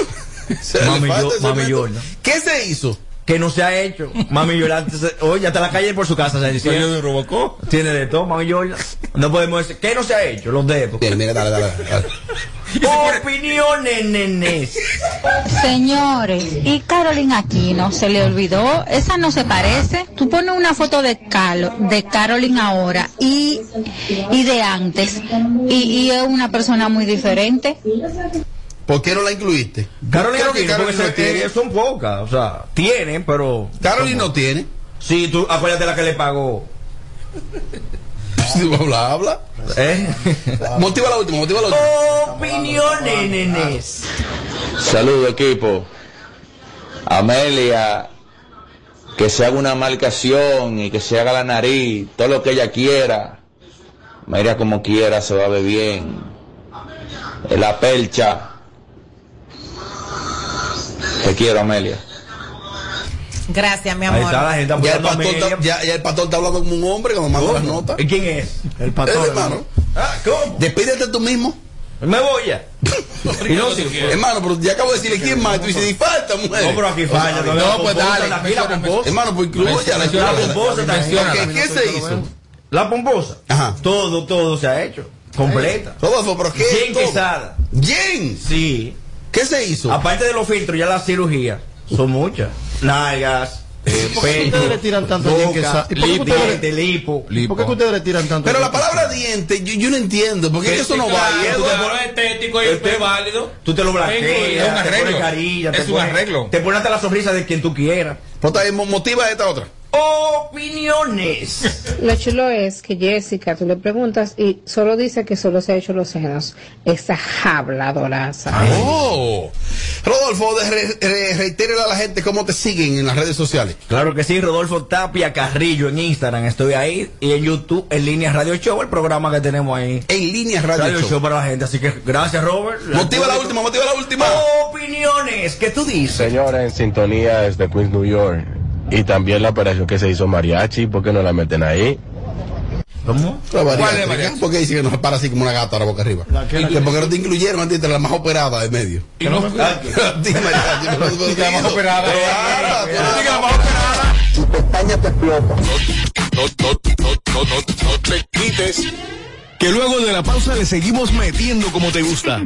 S2: *laughs* Se
S11: Mami
S2: le falta
S11: Yo-
S2: ese
S11: Mami
S2: momento.
S11: Jordan.
S2: ¿Qué se hizo?
S11: Que no se ha hecho. Mami Yolanda, se- oye, hasta la calle por su casa se dice.
S6: Salió de Robocop.
S11: Tiene de todo, Mami Yolanda. No podemos decir. ¿Qué no se ha hecho? Los dedos.
S2: mira, dale, dale.
S11: *laughs* Opiniones, nenes.
S24: Señores, y Carolina Aquino, se le olvidó, esa no se parece. Tú pones una foto de Carlo, de Carolina ahora y, y de antes, y, y es una persona muy diferente.
S2: ¿Por qué no la incluiste?
S11: Carolina
S2: Creo
S11: no
S2: que
S11: tiene, porque
S2: Carolina
S11: se-
S2: no tiene.
S11: eh, son pocas. O sea, tienen, pero.
S2: Carolina no tiene.
S11: Sí, tú acuérdate la que le pagó.
S2: habla, habla.
S11: ¿Eh?
S2: Motiva la última, motiva la última.
S11: Opiniones, nenes.
S25: Saludos equipo. Amelia, que se haga una marcación y que se haga la nariz, todo lo que ella quiera. Mira como quiera, se va a ver bien. La percha. Te quiero, Amelia.
S8: Gracias, mi
S2: Ahí
S8: amor.
S2: está la gente ya, el pastor está, ya, ya el pastor está hablando como un hombre cuando manda las notas.
S11: ¿Y quién es?
S3: El
S2: pastor. hermano.
S11: ¿Cómo?
S2: Despídete tú mismo.
S11: Me voy
S2: *laughs*
S11: ya.
S2: Y no, si- hermano, pero ya acabo de decirle quién más. Tú dices, y falta, mujer.
S11: No, pero aquí falla, no,
S2: No, pues
S11: pomposa,
S2: dale.
S11: la fila pomposa.
S2: Hermano, pues incluya la
S11: La pomposa también.
S2: Ok, ¿Qué se hizo?
S11: La pomposa.
S2: Ajá.
S11: Todo, todo se ha hecho. Completa.
S2: Todo fue, pero ¿qué?
S11: Jen
S2: Todo.
S11: Quesada.
S2: ¿Jen?
S11: Sí.
S2: ¿Qué se hizo?
S11: Aparte de los filtros, ya las cirugías son muchas. Nalgas, eh,
S3: ¿Por qué ustedes le
S11: pecho,
S3: tiran tanto a Jen Quesada?
S11: boca,
S3: ¿Y por qué ustedes
S11: diente, lipo.
S3: ¿Por qué que ustedes le tiran tanto?
S2: Pero la palabra diente, yo, yo no entiendo. Porque eso no vale.
S5: Claro, claro, es estético y es válido.
S11: Tú te lo
S5: Es un
S11: blanqueas, te pones
S5: arreglo.
S11: carilla,
S5: Es
S11: te
S5: un
S11: pones-
S5: arreglo.
S11: Te pones hasta la sonrisa de quien tú quieras.
S2: motiva esta otra.
S11: Opiniones.
S22: Lo chulo es que Jessica, tú le preguntas y solo dice que solo se ha hecho los senos. Esa habladoraza.
S2: Oh. Rodolfo, de- re- re- reitérale a la gente cómo te siguen en las redes sociales.
S11: Claro que sí, Rodolfo Tapia Carrillo en Instagram, estoy ahí. Y en YouTube, en línea Radio Show, el programa que tenemos ahí.
S2: En línea Radio
S11: Show.
S2: Show
S11: para la gente, así que gracias, Robert.
S2: Motiva la última, motiva la última.
S11: Opiniones, ¿qué tú dices?
S7: Señora en sintonía desde Queens, New York. Y también la operación que se hizo mariachi, ¿por qué no la meten ahí?
S11: ¿Cómo?
S2: ¿Cuál es, Mariachi? ¿Por qué dice que nos para así como una gata ahora boca arriba?
S3: que- la
S2: Que Porque no te incluyeron antes de la más operada de medio.
S3: Y no me-
S2: A *laughs* ti, Mariachi, no
S11: *laughs*
S2: te incluyeron.
S26: Tu pestaña te explota. No, no, no, no, no, no te quites. Que luego de la pausa le seguimos metiendo como te
S6: *laughs*
S26: gusta.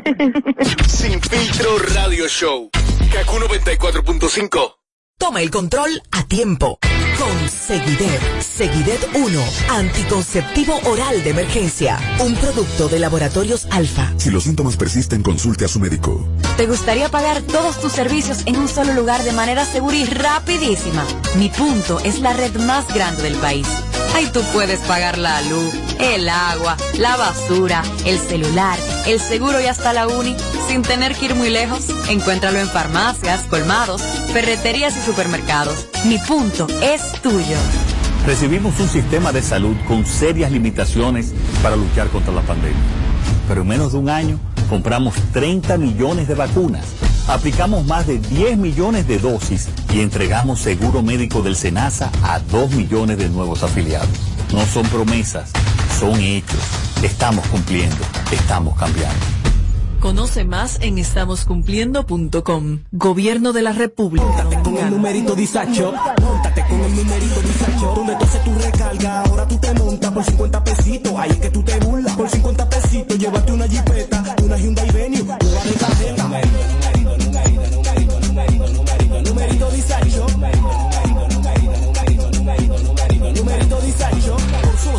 S26: Sin filtro radio show. Kaku 94.5.
S27: Toma el control a tiempo. Con Seguidet, Seguidet 1, anticonceptivo oral de emergencia, un producto de laboratorios alfa.
S12: Si los síntomas persisten, consulte a su médico.
S28: ¿Te gustaría pagar todos tus servicios en un solo lugar de manera segura y rapidísima? Mi punto es la red más grande del país. Ahí tú puedes pagar la luz, el agua, la basura, el celular, el seguro y hasta la uni sin tener que ir muy lejos. Encuéntralo en farmacias, colmados, ferreterías y supermercados. Mi punto es tuyo.
S13: Recibimos un sistema de salud con serias limitaciones para luchar contra la pandemia. Pero en menos de un año compramos 30 millones de vacunas, aplicamos más de 10 millones de dosis y entregamos seguro médico del SENASA a 2 millones de nuevos afiliados. No son promesas, son hechos. Estamos cumpliendo, estamos cambiando.
S27: Conoce más en estamoscumpliendo.com. Gobierno de la República.
S20: Con el numerito disacho, montate con el numerito disacho. Donde tú haces tu recarga, ahora tú te montas por 50 pesitos. Ahí es que tú te burlas por 50 pesitos. Llévate una jipeta, una Hyundai Venue, una de cajeta. Numerito disacho. Numerito disacho. Por solo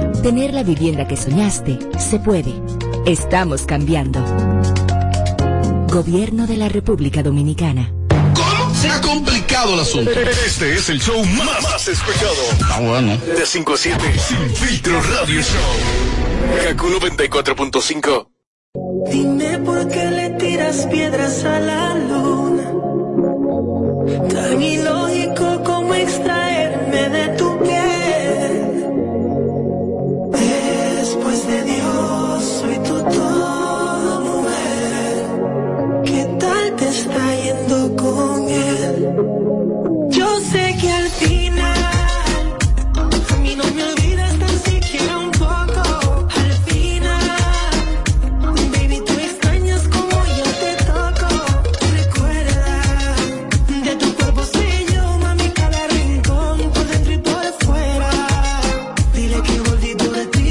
S14: Tener la vivienda que soñaste se puede. Estamos cambiando. Gobierno de la República Dominicana.
S6: ¿Cómo? Se ha complicado el asunto. Este es el show más, más escuchado.
S17: Ah, bueno.
S6: De 5 a 7. Sin filtro radio show. Kaku 94.5.
S16: Dime por qué le tiras piedras a la luna. Tan ilógico como extraerme de tu piel. Después de Dios, soy tu todo, mujer. ¿Qué tal te está yendo con él? Yo sé que al final, a mí no me olvidas tan siquiera un poco. Al final. Baby, tú extrañas como yo te toco. Recuerda, de tu cuerpo soy yo, mami, cada rincón, por dentro y por fuera. Dile que volví por ti.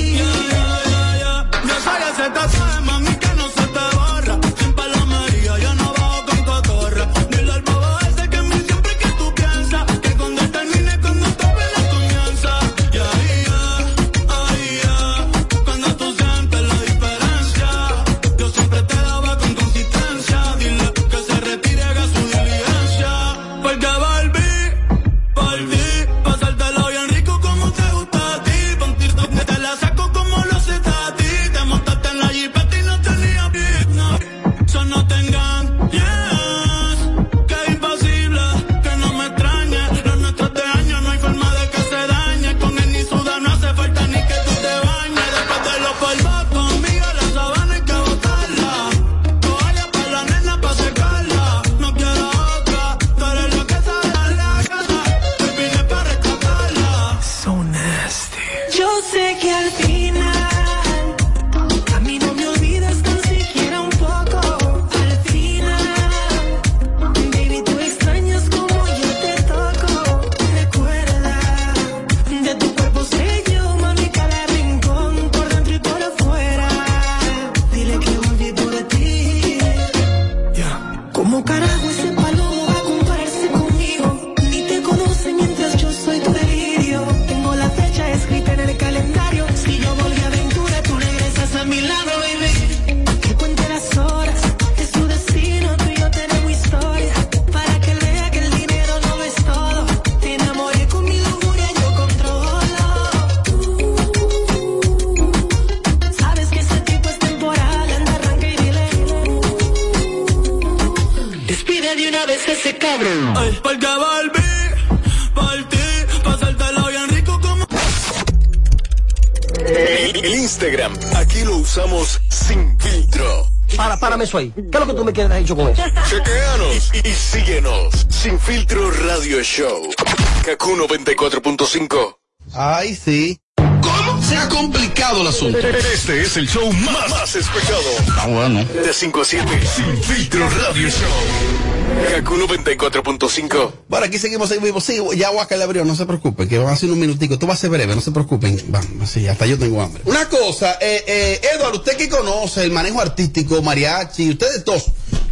S17: Ya sabes, se te sabe, mami, que no se te borra. En palomería yo no bajo con cotorra. Dile al bobo ese que me siempre que tú piensas. Que cuando termine, cuando tope la comienza. Y ahí ya, ahí ya. Cuando tú sientes la diferencia. Yo siempre te daba con consistencia. Dile que se retire, haga su diligencia. Porque volví, volví. Pasártelo bien rico como te gusta a ti. Contigo que te la saco como lo hace a ti. Te montaste en la jipeta y no tenía pie. No, yo no tengan yes. Que es imposible que no me extrañe. Los nuestros de año no hay forma de que se dañe. Con él ni sudar no hace falta ni que tú te bañes. Después de los polvos conmigo la sabana hay que botarla. Toalla para la nena para secarla. No quiero otra. Tú eres lo que sale a la casa. Te vine para rescatarla.
S16: So nasty. Yo sé que al final, a mí no me olvidas tan siquiera un poco. Al final, baby, tú extrañas como yo te toco. Recuerda, de tu cuerpo sé yo, mami, cada rincón, por dentro y por afuera. Dile que volví por ti. ¿Cómo carajo ese palomo va a compararse conmigo? Ni te conoce mientras yo soy tu delirio. Tengo la fecha escrita en el calendario. Si yo volví a aventura, tú regresas a mi lado, baby. Que cuente las horas, es su destino, tú y yo tenemos historia. Para que él vea que el dinero no es todo. Te enamoré con mi lujuria, yo controlo. Sabes que ese tipo es temporal, anda, arranca y dile.
S17: Despide de una vez ese cabrón. porque volví, partí, pasártelo bien rico como.
S6: El, el Instagram, aquí lo usamos sin filtro.
S16: Para, párame eso ahí. ¿Qué es lo que tú me quieres hecho con eso?
S6: Chequeanos y, y síguenos. Sin filtro radio show. Kaku 94.5.
S2: Ay, sí. ¿Cómo? Se ha complicado el asunto.
S6: Este es el show más, más escuchado.
S17: Ah, bueno.
S6: De 5 a 7. Sin filtro radio show. Kaku 94.5.
S2: Bueno, aquí seguimos en vivo. Sí, ya Huaca le abrió, no se preocupen, que van a ser un minutico. Esto va a ser breve, no se preocupen. Vamos, sí, hasta yo tengo hambre. Una cosa, eh, eh, Eduardo, usted que conoce el manejo artístico, mariachi, ustedes dos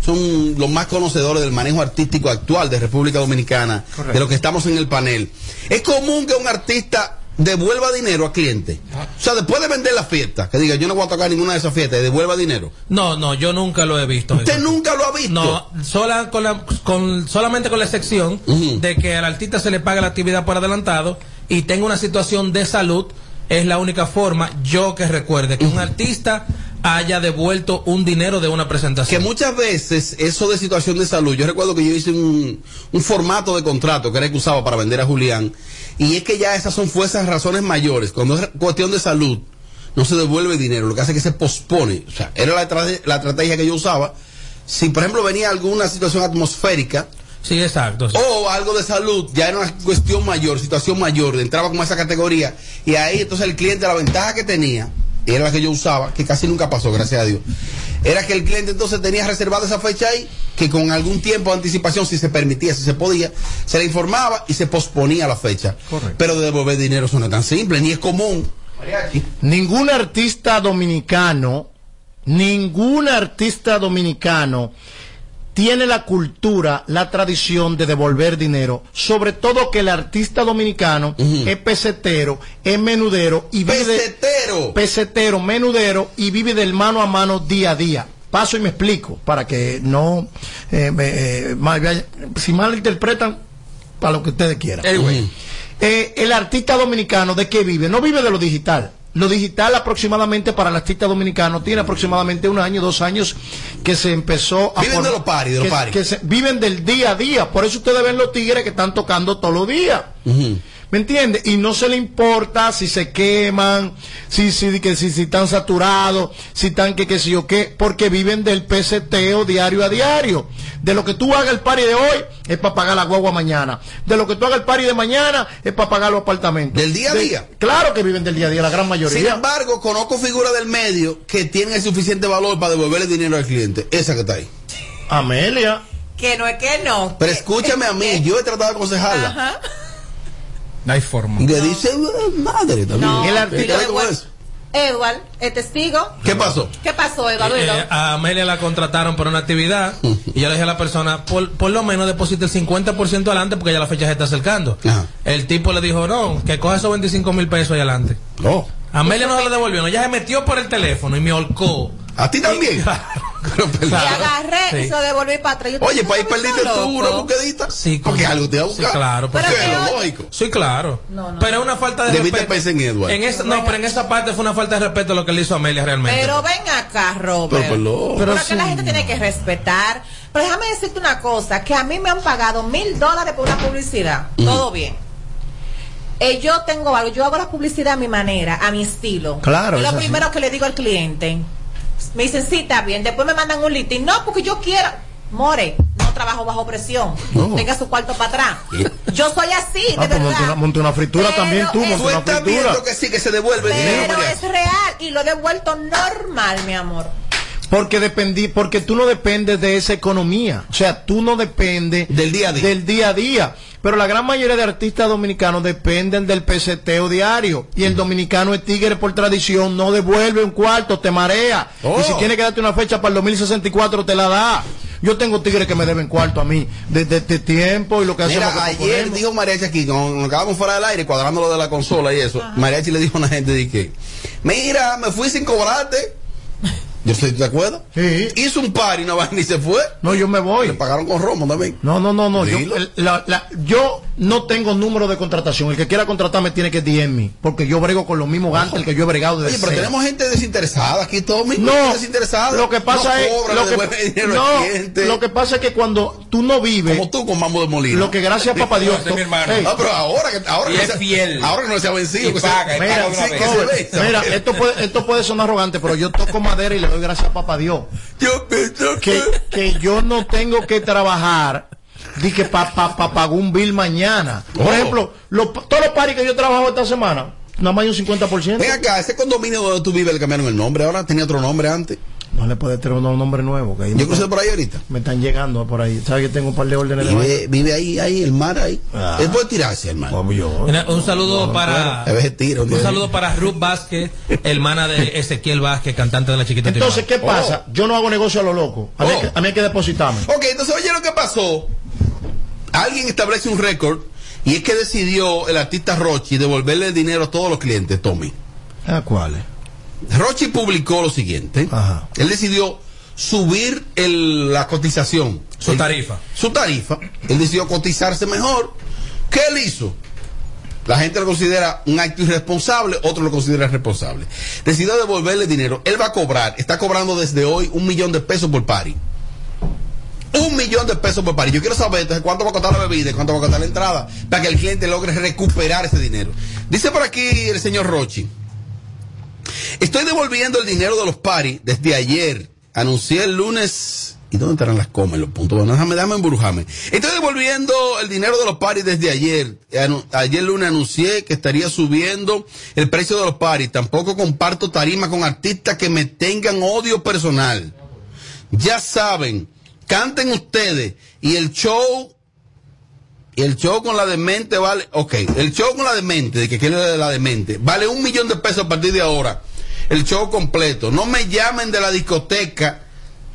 S2: son los más conocedores del manejo artístico actual de República Dominicana,
S29: Correcto.
S2: de lo que estamos en el panel. Es común que un artista devuelva dinero a cliente. O sea, después de vender la fiesta, que diga, yo no voy a tocar ninguna de esas fiestas, y devuelva dinero.
S5: No, no, yo nunca lo he visto.
S2: ¿Usted nunca lo ha visto?
S5: No, sola, con la- con- solamente con la excepción de que al artista se le paga la actividad por adelantado y tenga una situación de salud, es la única forma, yo que recuerde, que un artista haya devuelto un dinero de una presentación.
S2: Que muchas veces eso de situación de salud, yo recuerdo que yo hice un, un formato de contrato que era el que usaba para vender a Julián, y es que ya esas son fuerzas razones mayores. Cuando es cuestión de salud, no se devuelve dinero, lo que hace es que se pospone. O sea, era la, tra- la estrategia que yo usaba. Si, por ejemplo, venía alguna situación atmosférica,
S5: Sí, exacto.
S2: o algo de salud, ya era una cuestión mayor, situación mayor, entraba como a esa categoría, y ahí entonces el cliente, la ventaja que tenía, y era la que yo usaba, que casi nunca pasó, gracias a Dios, era que el cliente entonces tenía reservada esa fecha ahí, que con algún tiempo de anticipación, si se permitía, si se podía, se le informaba y se posponía la fecha. Pero de devolver dinero eso no es tan simple, ni es común.
S3: Ningún artista dominicano, ningún artista dominicano tiene la cultura, la tradición de devolver dinero, sobre todo que el artista dominicano es pesetero, es menudero y vive
S2: pesetero,
S3: pesetero, menudero y vive del mano a mano día a día. Paso y me explico para que no eh, me- eh, mal vaya- si mal interpretan para lo que ustedes quieran. Eh, el artista dominicano de qué vive? No vive de lo digital. Lo digital aproximadamente para el artista dominicano tiene aproximadamente un año, dos años que se empezó a...
S2: Viven de
S3: formar-
S2: los paris, de los
S3: que-
S2: paris.
S3: que se- viven del día a día. Por eso ustedes ven los tigres que están tocando todos los días. ¿Me entiendes? Y no se le importa si se queman, si, si, que, si, si están saturados, si están que, que si yo qué, porque viven del peseteo diario a diario. De lo que tú hagas el party de hoy es para pagar la guagua mañana. De lo que tú hagas el party de mañana es para pagar los apartamentos.
S2: Del día a
S3: De-
S2: día.
S3: claro que viven del día a día, la gran mayoría.
S2: Sin embargo, conozco figuras del medio que tienen el suficiente valor para devolverle dinero al cliente. Esa que está ahí.
S3: Amelia.
S8: Que no es que no. Ah,
S2: Pero escúchame a mí, yo he tratado de aconsejarla.
S8: Ajá.
S2: No hay forma. Le dice "Eh, madre también.
S8: No. El
S2: ¿Qué,
S8: artista-
S2: tal con eso?
S8: Edward, el testigo.
S2: ¿Qué pasó?
S8: ¿Qué pasó, Edward?
S5: Eh, eh, a Amelia la contrataron para una actividad y yo le dije a la persona, por, por lo menos deposita el 50% adelante porque ya la fecha se está acercando. El tipo le dijo, no, que coja esos 25 mil pesos ahí adelante.
S2: No.
S5: Amelia no se lo devolvió, no, ella se metió por el teléfono y me holcó.
S2: ¿A
S5: *laughs*
S2: ti también?
S8: Y
S5: eh,
S8: agarré y se lo devolví para atrás. Yo,
S2: Oye,
S8: ¿tú
S2: para ahí
S8: estás
S2: perdiste
S8: loco?
S2: tú una buquedita. Sí, porque algo te va a buscar.
S5: Sí, claro,
S2: Pero
S5: porque-
S2: que es lógico.
S5: Sí, claro. Pero es una falta de
S2: Debiste
S5: respeto.
S2: pensar en Edward.
S5: En esa- no, pero en esa parte fue una falta de respeto lo que le hizo a Amelia realmente.
S8: Pero ven acá, Robert.
S5: Pero, pero,
S8: Pero
S5: pero
S8: que la
S5: sí.
S8: gente tiene que respetar. Pero déjame decirte una cosa, que a mí me han pagado mil dólares por una publicidad.
S16: Ujú.
S8: Todo bien. Eh, yo tengo algo, yo hago la publicidad a mi manera, a mi estilo.
S16: Claro,
S8: Y
S16: es
S8: lo
S16: así.
S8: primero que le digo al cliente, me dicen, sí, está bien. Después me mandan un listing. No, porque yo quiero. More, no trabajo bajo presión. Tenga su cuarto para atrás. Yo soy así, de
S3: Ah, pues monta una,
S8: verdad.
S3: monta una fritura también tú, monta
S2: Tú
S3: una
S2: estás
S3: fritura.
S2: viendo que sí, que se devuelve dinero.
S8: Pero
S2: María.
S8: es real y lo he devuelto normal, mi amor.
S3: Porque dependí, porque tú no dependes de esa economía. O sea, tú no dependes del día a día. a día. Pero la gran mayoría de artistas dominicanos dependen del peseteo diario. Y el dominicano es tigre por tradición, no devuelve un cuarto, te marea.
S2: Oh.
S3: Y si tiene que darte una fecha para el 2064, te la da. Yo tengo tigres que me deben cuarto a mí desde este tiempo y lo que hacemos.
S2: Mira,
S3: que nos
S2: ayer
S3: ponemos.
S2: dijo Mariachi aquí, cuando nos acabamos fuera del aire, cuadrando lo de la consola y eso. Mariachi le dijo a una gente, dije, mira, me fui sin cobrarte. Yo sé, ¿te acuerdas? Hizo un par y no va ni se fue.
S3: No, yo me voy.
S2: Le pagaron con romo también.
S3: No, no, no, no. Yo,
S2: Dilo.
S3: el- la- la- yo no tengo número de contratación. El que quiera contratarme tiene que DM porque yo brego con los mismos gantes el que yo he bregado desde
S2: Oye, pero
S3: cero.
S2: tenemos gente desinteresada aquí, todo mismo
S3: No,
S2: desinteresada.
S3: lo que pasa
S2: No
S3: es
S2: cobra,
S3: lo
S2: le devuelve
S3: que,
S2: dinero al
S3: no,
S2: cliente.
S3: lo que pasa es que cuando tú no vives
S2: como tú con Mambo de Molina.
S3: Lo que gracias a papá Dios,
S2: Ese es mi hermano.
S3: Ey.
S2: No, pero ahora que ahora
S3: Y
S2: que
S3: es
S2: se-
S3: fiel.
S2: Ahora que no se ha vencido, que se-
S3: mira,
S2: ahora sí que se
S3: Robert,
S2: vence.
S3: mira, esto puede, esto puede sonar arrogante, pero yo toco madera y le doy gracias a papá Dios. que, que yo no tengo que trabajar di que para pa, pa pagar un bill mañana. Por
S2: Oh.
S3: ejemplo, los- todos los paris que yo trabajo esta semana, nada más hay un 50%.
S2: Ven acá, ese condominio donde tú vives le cambiaron el nombre, ahora tenía otro nombre antes.
S3: No le puede tener un nombre nuevo. Que ahí me-
S2: Yo crucé por ahí ahorita.
S3: Me están llegando por ahí. ¿Sabes que tengo un par de órdenes de
S2: Vive, vive ahí, ahí, el mar ahí.
S3: Ah,
S2: Es por tirarse, hermano.
S5: Mira, Un saludo para
S2: A veces tiro.
S5: un saludo para Ruth Vázquez, hermana de Ezequiel Vázquez, cantante de la chiquita.
S3: Entonces, ¿qué
S5: Timón.
S3: pasa? Yo no hago negocio a lo loco. A, mí,
S2: Oh.
S3: hay que- a mí hay que depositarme.
S2: Ok, entonces oye lo que pasó. Alguien establece un récord y es que decidió el artista Rochi devolverle el dinero a todos los clientes, Tommy. Ah,
S3: ¿A cuáles?
S2: Rochi publicó lo siguiente. Él decidió subir el- la cotización.
S5: Su
S2: El-
S5: tarifa.
S2: Su tarifa. Él decidió cotizarse mejor. ¿Qué él hizo? La gente lo considera un acto irresponsable, otro lo considera responsable. Decidió devolverle dinero. Él va a cobrar, está cobrando desde hoy un millón de pesos por pari. Un millón de pesos por pari. Yo quiero saber entonces cuánto va a costar la bebida, cuánto va a costar la entrada, para que el cliente logre recuperar ese dinero. Dice por aquí el señor Rochi. Estoy devolviendo el dinero de los paris desde ayer. Anuncié el lunes. ¿Y dónde estarán las comas, los puntos? Bueno, déjame, déjame embrujarme. Estoy devolviendo el dinero de los paris desde ayer. Anu- Ayer lunes anuncié que estaría subiendo el precio de los paris. Tampoco comparto tarima con artistas que me tengan odio personal. Ya saben, canten ustedes y el show y el show con la demente vale, ok, el show con la demente, de que quiere de la demente, vale un millón de pesos a partir de ahora. El show completo. No me llamen de la discoteca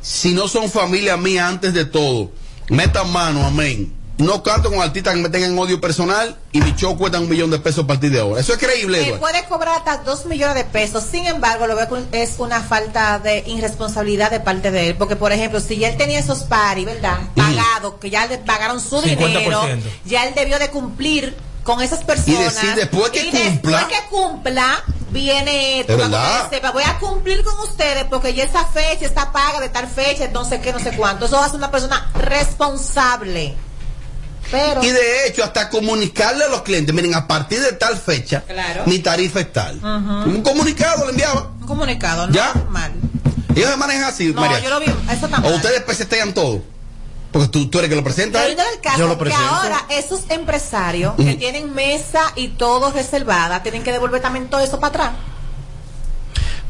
S2: si no son familia mía antes de todo. Metan mano, amén. No canto con artistas que me tengan odio personal y mi show cuesta un millón de pesos a partir de ahora. Eso es creíble,
S8: Eh,
S2: Eduardo.
S8: puede cobrar hasta 2 millones de pesos. Sin embargo, lo veo que es una falta de irresponsabilidad de parte de él. Porque, por ejemplo, si él tenía esos paris, ¿verdad? Pagados, que ya le pagaron su
S2: 50%.
S8: dinero, ya él debió de cumplir con esas personas.
S2: Y decir, después que
S8: Y después
S2: cumpla.
S8: que cumpla, viene esto,
S2: Es
S8: para que
S2: verdad.
S8: ustedes sepan, voy a cumplir con ustedes porque ya esta fecha, esta paga de tal fecha, no sé qué, no sé cuánto. Eso hace una persona responsable. Pero.
S2: Y de hecho, hasta comunicarle a los clientes, miren, a partir de tal fecha,
S8: Claro. Ah.
S2: mi tarifa es tal.
S8: Ujú.
S2: Un comunicado le enviaba.
S8: Un comunicado, ¿no?
S2: ¿Ya?
S8: Mal.
S2: Ellos se manejan así,
S8: No,
S2: María.
S8: yo lo vi, eso está
S2: O
S8: mal.
S2: ustedes presentan todo. Porque tú, tú eres que lo Mm. presenta.
S8: Pero en el caso que ahora esos empresarios que
S2: Ujú.
S8: tienen mesa y todo reservada tienen que devolver también todo eso para atrás.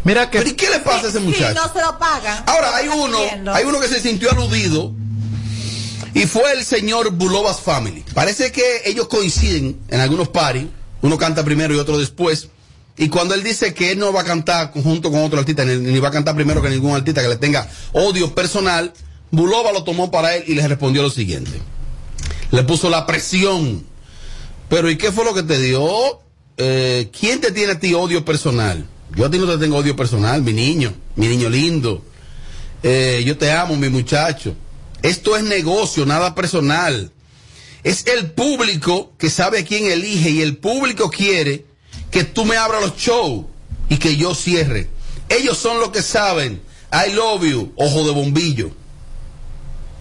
S3: Mira que.
S2: ¿Pero y qué le pasa a ese muchacho?
S8: Si no se lo pagan.
S2: Ahora hay uno, hay uno que se sintió aludido y fue el señor Bulovas Family. Parece que ellos coinciden en algunos paris, uno canta primero y otro después. Y cuando él dice que él no va a cantar junto con otro artista, ni, ni va a cantar primero que ningún artista que le tenga odio personal, Bulova lo tomó para él y le respondió lo siguiente. Le puso la presión. Pero ¿y qué fue lo que te dio? Eh, ¿Quién te tiene a ti odio personal? Yo a ti no te tengo odio personal, mi niño, mi niño lindo. Eh, yo te amo, mi muchacho. Esto es negocio, nada personal. Es el público que sabe a quién elige y el público quiere que tú me abras los shows y que yo cierre. Ellos son los que saben. I love you, ojo de bombillo.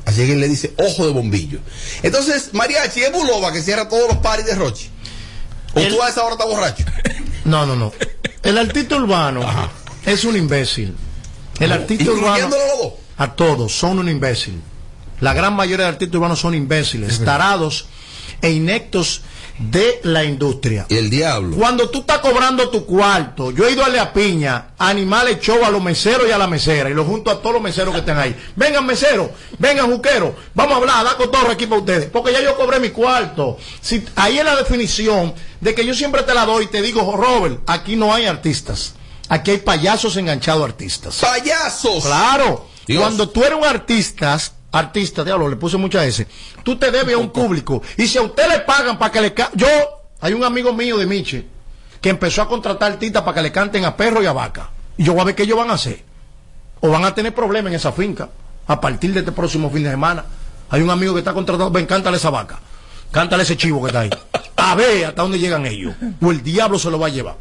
S2: Así que él le dice ojo de bombillo. Entonces, Mariachi es Bulova que cierra todos los paris de Roche. O tú a esa hora estás borracho.
S3: No, no, no. El artista urbano es un imbécil. El artista urbano.
S2: Incluyéndolo los dos.
S3: A todos, son un imbécil. La gran mayoría de artistas urbanos son imbéciles, tarados e inectos de la industria.
S2: el diablo.
S3: Cuando tú estás cobrando tu cuarto, yo he ido a la piña, a animales show a los meseros y a la mesera, y lo junto a todos los meseros que estén ahí. Vengan meseros, vengan juqueros, vamos a hablar, a dar cotorra aquí para ustedes, porque ya yo cobré mi cuarto. Si, ahí es la definición de que yo siempre te la doy y te digo, Robert, aquí no hay artistas, aquí hay payasos enganchados a artistas.
S2: ¡Payasos!
S3: Claro, cuando tú eres un artista, artista, diablo, le puse muchas veces, tú te debes a un público. Y si a usted le pagan para que le ca- Yo, hay un amigo mío de Miche que empezó a contratar artistas para que le canten a perro y a vaca. Y yo voy a ver qué ellos van a hacer. O van a tener problemas en esa finca a partir de este próximo fin de semana. Hay un amigo que está contratado, ven, cántale esa vaca. Cántale ese chivo que está ahí. A ver hasta dónde llegan ellos. O el diablo se lo va a llevar.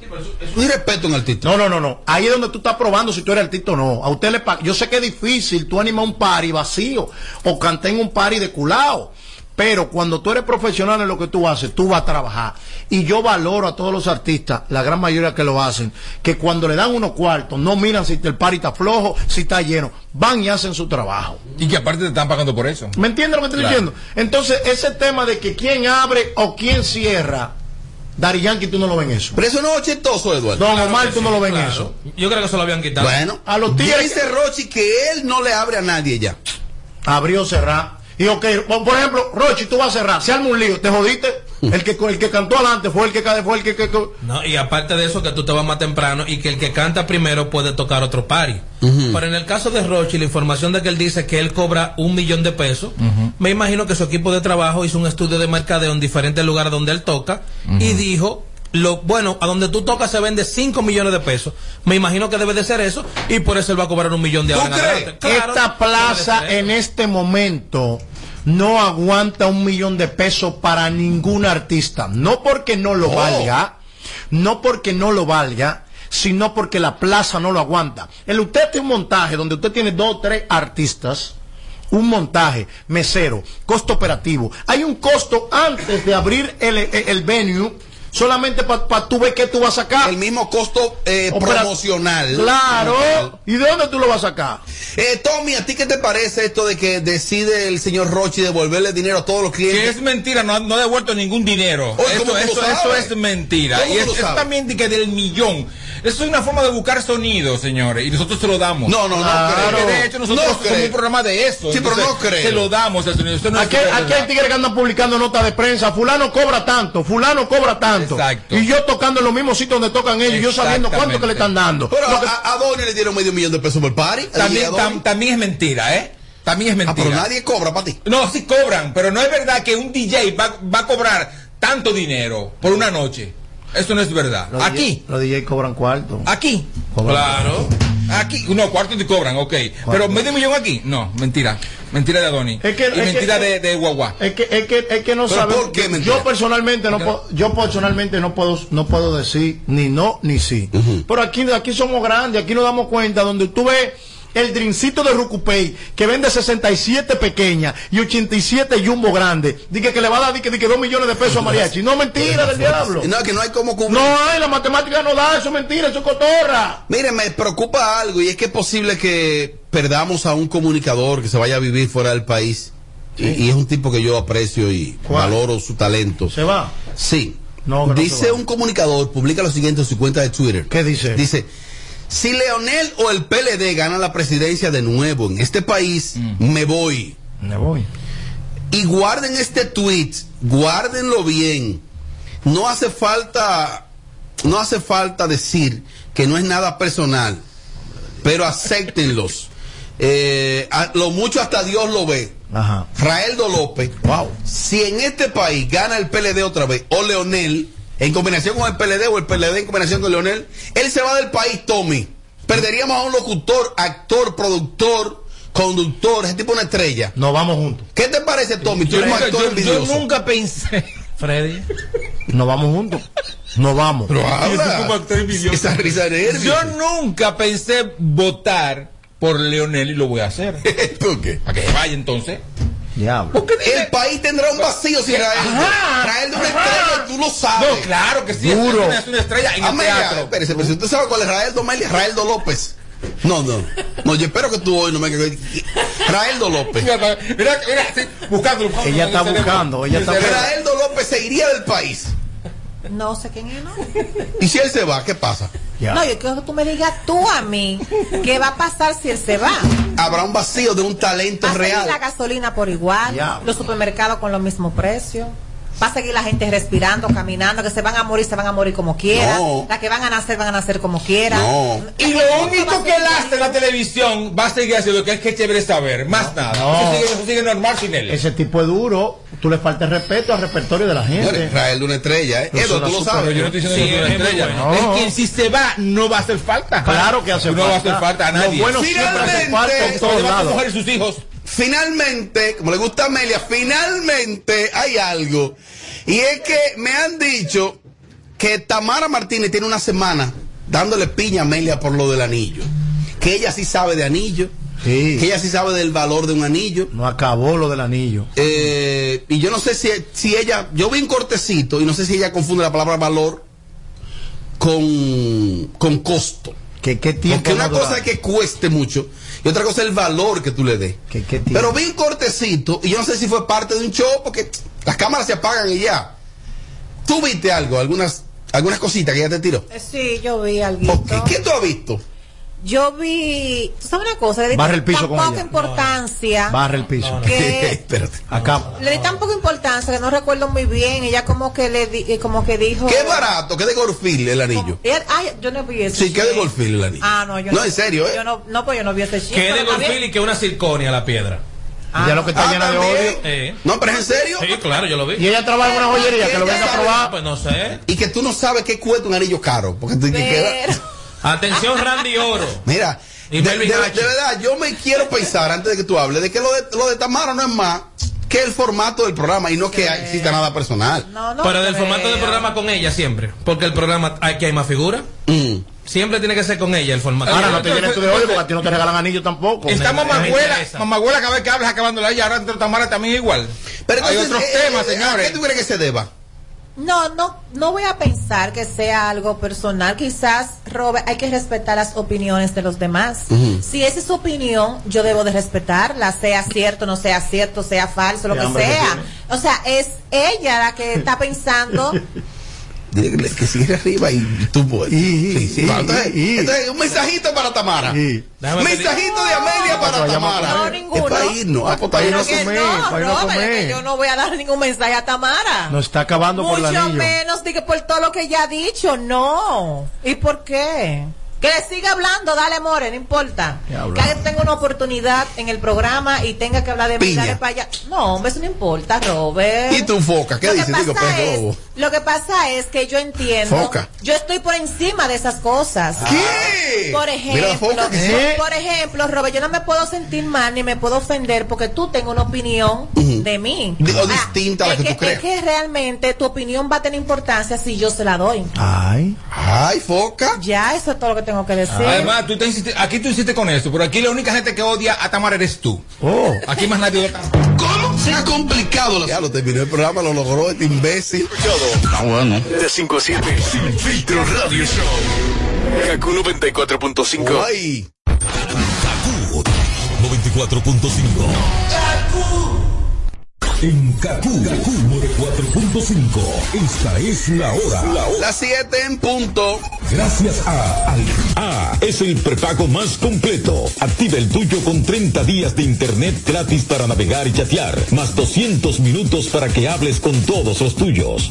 S2: Un respeto en artista.
S3: No, no, no, no. Ahí es donde tú estás probando si tú eres artista o no. A usted le pa- Yo sé que es difícil tú anima un party vacío o cantar en un party de culao. Pero cuando tú eres profesional en lo que tú haces, tú vas a trabajar. Y yo valoro a todos los artistas, la gran mayoría que lo hacen, que cuando le dan unos cuartos, no miran si el party está flojo, si está lleno. Van y hacen su trabajo.
S6: Y que aparte te están pagando por eso.
S3: ¿Me entiendes lo que estoy
S6: Claro.
S3: diciendo? Entonces, ese tema de que quién abre o quién cierra, Dari Yankee, tú no lo ven eso.
S2: Pero eso no es chistoso, Eduardo.
S3: Don
S2: Claro
S3: Omar,
S2: que
S3: tú
S2: sí,
S3: no lo ven
S2: claro.
S3: eso.
S5: Oh, Yo creo que se lo habían quitado.
S2: Bueno,
S3: a los tigres
S2: dice Rochi que él no le abre a nadie ya.
S3: Abrió, cerrar. Y ok, por por ejemplo, Rochi, tú vas a cerrar. Se arma un lío, te jodiste.
S2: Mm.
S3: El que, el que cantó adelante fue el que ca- fue el que, que- que-
S5: No, y aparte de eso, que tú te vas más temprano y que el que canta primero puede tocar otro pari.
S2: Hmm.
S5: Pero en el caso de Rochi, la información de que él dice que él cobra un millón de pesos, me imagino que su equipo de trabajo hizo un estudio de mercadeo en diferentes lugares donde él toca y dijo. Lo, bueno, a donde tú tocas se vende 5 millones de pesos. Me imagino que debe de ser eso y por eso él va a cobrar un millón de ahora en adelante. Claro,
S3: Esta plaza en este momento no aguanta un millón de pesos para ningún artista. No porque no lo valga, no porque no lo valga, sino porque la plaza no lo aguanta. El usted tiene un montaje donde usted tiene dos o tres artistas. Un montaje, mesero, costo operativo. Hay un costo antes de abrir el, el venue solamente para tú ver qué tú vas a sacar. El
S2: mismo costo Eh, promocional.
S3: Claro. ¿Y de dónde tú lo vas a sacar?
S2: Eh, Tommy, ¿a ti qué te parece esto de que decide el señor Rochi devolverle dinero a todos los clientes?
S6: Que es mentira, no ha, no ha devuelto ningún dinero.
S2: Oye, ¿cómo
S6: eso,
S2: tú lo
S6: eso- eso
S2: sabes?
S6: es mentira.
S2: ¿Cómo
S6: Y
S2: tú
S6: es,
S2: lo
S6: eso
S2: sabes?
S6: también de que del millón. Eso es una forma de buscar sonido, señores, y nosotros se lo damos.
S2: No, no, no
S6: Claro.
S2: creo.
S6: De hecho, nosotros
S2: No
S6: somos
S2: creo.
S6: un programa de eso.
S2: Sí, pero
S6: Entonces,
S2: no creo.
S6: Se lo damos al sonido. Esto no es
S3: Aquí,
S6: verdad.
S3: aquí hay tigres que andan publicando notas de prensa. Fulano cobra tanto, fulano cobra tanto. Y yo tocando en los mismos sitios donde tocan ellos, yo sabiendo cuánto que le están dando.
S2: Pero a, a- a Donny le dieron medio millón de pesos por party.
S6: También- tam- también es mentira, ¿eh? También es mentira.
S2: Ah, pero nadie cobra para ti.
S6: No, sí cobran, pero no es verdad que un DJ va, va a cobrar tanto dinero por una noche. Eso no es verdad. aquí,
S3: Los DJ cobran cuarto.
S6: aquí.
S3: Cobran.
S6: Claro. Aquí, no, cuarto te cobran, ok. Pero medio millón aquí, no, mentira. Mentira de Adoni.
S3: Es que-
S6: y
S3: es
S6: mentira
S3: que-
S6: de, de Guagua.
S3: Es que, es que, es que no
S6: Pero
S3: saben.
S6: ¿por qué mentira?
S3: yo personalmente no puedo, yo personalmente no puedo, no puedo decir ni no ni sí. Pero aquí, aquí somos grandes, aquí nos damos cuenta donde tú ves el drincito de Rucupey que vende 67 pequeñas y 87 jumbo grandes. Dije que le va a dar dije, dije, 2 millones de pesos a mariachi. No mentira del diablo.
S2: No, que no hay como cubrir.
S3: No hay, la matemática no da, eso es mentira, eso es cotorra.
S2: Mire, me preocupa algo y es que es posible que perdamos a un comunicador que se vaya a vivir fuera del país. Y, y es un tipo que yo aprecio y valoro su talento.
S3: ¿Se va?
S2: Sí.
S3: No, que no
S2: dice
S3: se va.
S2: un comunicador, publica lo siguiente en su cuenta de Twitter.
S3: ¿Qué dice?
S2: Dice, si Leonel o el PLD ganan la presidencia de nuevo en este país, me voy.
S3: Mm. Me voy.
S2: Y guarden este tweet, guárdenlo bien. No hace falta, no hace falta decir que no es nada personal, pero acéptenlos. *laughs* Eh, a- lo mucho hasta Dios lo ve.
S3: Ajá.
S2: Raeldo López. Wow. Si en este país gana el PLD otra vez, o Leonel, en combinación con el PLD, o el PLD en combinación con Leonel, él se va del país, Tommy. Perderíamos a un locutor, actor, productor, conductor, ese tipo una estrella.
S3: Nos vamos juntos.
S2: ¿Qué te parece, Tommy? Tú eres un
S6: Yo-
S2: actor
S6: yo- yo,
S2: envidioso.
S6: nunca pensé. Freddy.
S3: Nos vamos juntos. Nos vamos.
S2: Esa risa nerviosa.
S6: Yo nunca pensé votar por Leonel y lo voy
S2: *laughs*
S6: a hacer.
S2: ¿Por qué?
S6: Para que se vaya entonces.
S3: Diablo.
S2: El país tendrá un vacío si Raeldo.
S6: Ajá.
S2: Raeldo es una estrella, tú lo sabes.
S6: No, claro que sí, es
S2: Duro.
S6: una- es una estrella en el
S2: Amelia,
S6: teatro.
S2: espérese, pero si usted sabe cuál es Raeldo Melia, Raeldo López. No, no. No, yo espero que tú hoy no me Raeldo López.
S6: Mira, mira, sí, buscándolo, buscándolo
S3: Ella
S6: en el
S3: está
S6: cerebro.
S3: buscando, ella está
S2: Raeldo López se iría del país.
S8: No sé quién es, ¿no?
S2: Y si él se va, ¿qué pasa?
S8: No, yo quiero que tú me digas tú a mí qué va a pasar si él se va.
S2: Habrá un vacío de un talento
S8: Va a seguir
S2: real.
S8: la gasolina por igual,
S2: Ya.
S8: los supermercados con los mismos precios. Va a seguir la gente respirando, caminando, que se van a morir, se van a morir como quieran.
S6: No.
S8: Las que van a nacer, van a nacer como quieran.
S6: No. Y lo único que él hace en la televisión va a seguir haciendo que es que es chévere saber, más nada.
S3: no.
S6: Eso, sigue, eso sigue normal sin él.
S3: Ese tipo es duro. Tú le faltas el respeto al repertorio de la gente.
S2: Raeldo una estrella, ¿eh?
S3: Pero
S2: Edo,
S3: suena
S2: tú lo
S3: súper
S2: sabes.
S3: bien. Sí,
S6: es muy bueno.
S3: No.
S6: Es que si se va, no va a hacer falta.
S3: Claro que hace
S6: no
S3: falta.
S6: No va a hacer falta a
S3: Lo
S6: nadie.
S3: bueno siempre hace falta en todos
S6: se va a
S3: lados.
S6: coger sus hijos.
S2: Finalmente, como le gusta a Amelia, finalmente hay algo. Y es que me han dicho que Tamara Martínez tiene una semana dándole piña a Amelia por lo del anillo. Que ella sí sabe de anillo. Que ella sí sabe del valor de un anillo.
S3: No acabó lo del anillo.
S2: Eh, y yo no sé si, si ella, yo vi un cortecito y no sé si ella confunde la palabra valor con, con costo.
S3: Que qué tiempo
S2: Porque una
S3: va a durar?
S2: cosa es que cueste mucho y otra cosa es el valor que tú le des.
S3: Que qué tiempo.
S2: Pero vi un cortecito y yo no sé si fue parte de un show porque las cámaras se apagan y ya. ¿Tú viste algo? Algunas, algunas cositas que ella te tiró.
S8: Eh, Sí, yo vi algo.
S2: ¿Qué, qué tú has visto?
S8: Yo vi, tú sabes una cosa, le di
S2: Barre el piso
S8: tan
S2: con
S8: poca
S2: ella.
S8: importancia.
S3: Barre el piso.
S2: *laughs*
S8: Que
S3: Acá.
S8: le di tan poca importancia que no recuerdo muy bien. Ella como que le di- eh, como que dijo.
S2: Qué barato, qué de gorfil el anillo.
S8: Ella- ay, yo no vi eso.
S2: Sí, qué de gorfil el anillo.
S8: Ah, no, yo
S2: No, en serio, ¿eh?
S8: Yo no, no, pues yo no vi ese chiste.
S5: Que es de
S8: pero está
S5: Gorfil
S8: bien.
S5: y que es una circonia la piedra.
S3: Ya lo que está llena de odio.
S2: Ah, No, pero es en serio.
S5: Sí, claro, yo lo vi.
S3: Y ella trabaja en una joyería, que lo venga a probar.
S5: Pues no sé.
S2: Y que tú no sabes qué cuesta un anillo caro. Porque tú dices que queda-
S5: Atención, Randy Oro.
S2: Mira,
S5: Y
S2: de,
S5: Melvin
S2: de-
S5: Hachi.
S2: de verdad, yo me quiero pensar antes de que tú hables de que lo de, lo de Tamara no es más que el formato del programa y no que exista nada personal.
S5: Pero del formato del programa con ella siempre. Porque el programa aquí hay más figura. Siempre tiene que ser con ella el formato.
S3: Mm. Ahora no te llenes tú de odio porque a ti no te regalan anillo tampoco.
S6: Estamos
S3: No me
S6: mamaguela,
S3: interesa.
S6: mamaguela cada vez que hablas acabándola ella, ahora dentro de Tamara también es igual.
S2: Pero eh,
S6: Hay otros temas, señores.
S2: ¿Qué tú crees que se deba?
S8: No, no, no voy a pensar que sea algo personal. Quizás, Robert, hay que respetar las opiniones de los demás.
S2: Mm.
S16: Ujú.
S8: Si esa es su opinión, yo debo de respetarla, sea cierto, no sea cierto, sea falso, lo
S16: Qué
S8: que
S16: hambre que
S8: sea.
S16: tiene.
S2: *laughs*
S8: o sea, es ella la que está pensando
S2: Dile que, le- que sigue arriba y tú puedes. Sí, sí. Entonces, entonces, un mensajito para Tamara.
S30: Déjame
S2: Mensajito de Amelia para Tamara.
S8: No,
S2: Es
S8: ninguno.
S2: para irnos. Ah, pues, para
S8: Pero
S2: irnos a
S8: que
S2: comer,
S8: no,
S2: para irnos a
S8: Robert,
S2: comer.
S8: que yo no voy a dar ningún mensaje a Tamara.
S3: Nos está acabando por el
S8: Mucho
S3: anillo.
S8: menos de que por todo lo que ella ha dicho, no. ¿Y por qué? Que le siga hablando, dale more, no importa.
S3: Diablo.
S8: Que alguien tenga una oportunidad en el programa y tenga que hablar de mí,
S2: Piña.
S8: dale para allá. No, hombre, eso no importa, Robert.
S2: ¿Y tú, Foca? ¿Qué
S8: Lo que
S2: dices? Digo,
S8: pasa
S2: pues,
S8: es-
S2: robo.
S8: Lo que pasa es que yo entiendo.
S2: Foca.
S8: Yo estoy por encima de esas cosas.
S2: ¿Qué? Mira
S8: Por
S2: la
S8: ejemplo,
S2: foca que sí.
S8: por ejemplo, Robert, yo no me puedo sentir mal ni me puedo ofender porque tú tengo una opinión
S2: Ujú.
S8: de mí. Ah,
S2: Digo, distinta a la
S8: es
S2: que tú
S8: es
S2: creas.
S8: que realmente tu opinión va a tener importancia si yo se la doy.
S3: Ay.
S2: Ay, foca.
S8: Ya, eso es todo lo que tengo que decir.
S31: Además, tú te insiste- aquí tú hiciste con eso, pero aquí la única gente que odia a Tamara eres tú.
S3: Oh.
S31: Aquí más nadie odia.
S2: ¿Cómo se ha complicado la... oh, Ya lo terminó el programa, lo logró este imbécil.
S32: Ah, bueno. De 5 a 7. Sin filtro radio show. Kaku 94.5.
S2: Ay.
S33: Kaku 94.5. En Kaku, Kaku 94.5. Esta es la hora.
S2: Las 7 en punto.
S33: Gracias a Al A es el prepago más completo. Activa el tuyo con 30 días de internet gratis para navegar y chatear, más 200 minutos para que hables con todos los tuyos.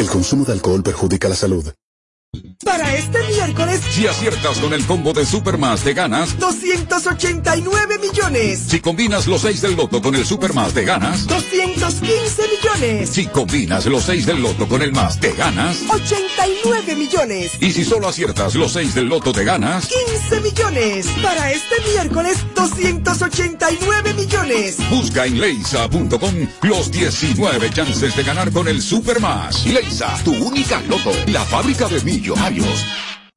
S12: El consumo de alcohol perjudica la salud.
S19: Para este miércoles,
S33: Si aciertas con el combo de Supermas, te ganas.
S19: 289 millones.
S33: Si combinas los 6 del loto con el Supermas, te ganas.
S19: 215 millones.
S33: Si combinas los 6 del loto con el más, te ganas.
S19: 89 millones.
S33: Y si solo aciertas los 6 del loto, te ganas.
S19: 15 millones. Para este miércoles, 289 millones.
S33: Busca en leisa.com los 19 chances de ganar con el Supermas. Leisa, tu única loto. La fábrica de millonarios.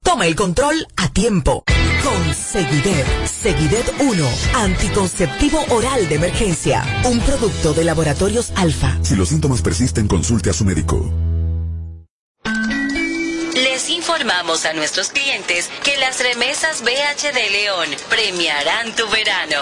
S27: Toma el control a tiempo. Con Seguidet. Seguidet 1. Anticonceptivo oral de emergencia. Un producto de laboratorios alfa.
S34: Si los síntomas persisten, consulte a su médico.
S28: Les informamos a nuestros clientes que las remesas BH de León premiarán tu verano.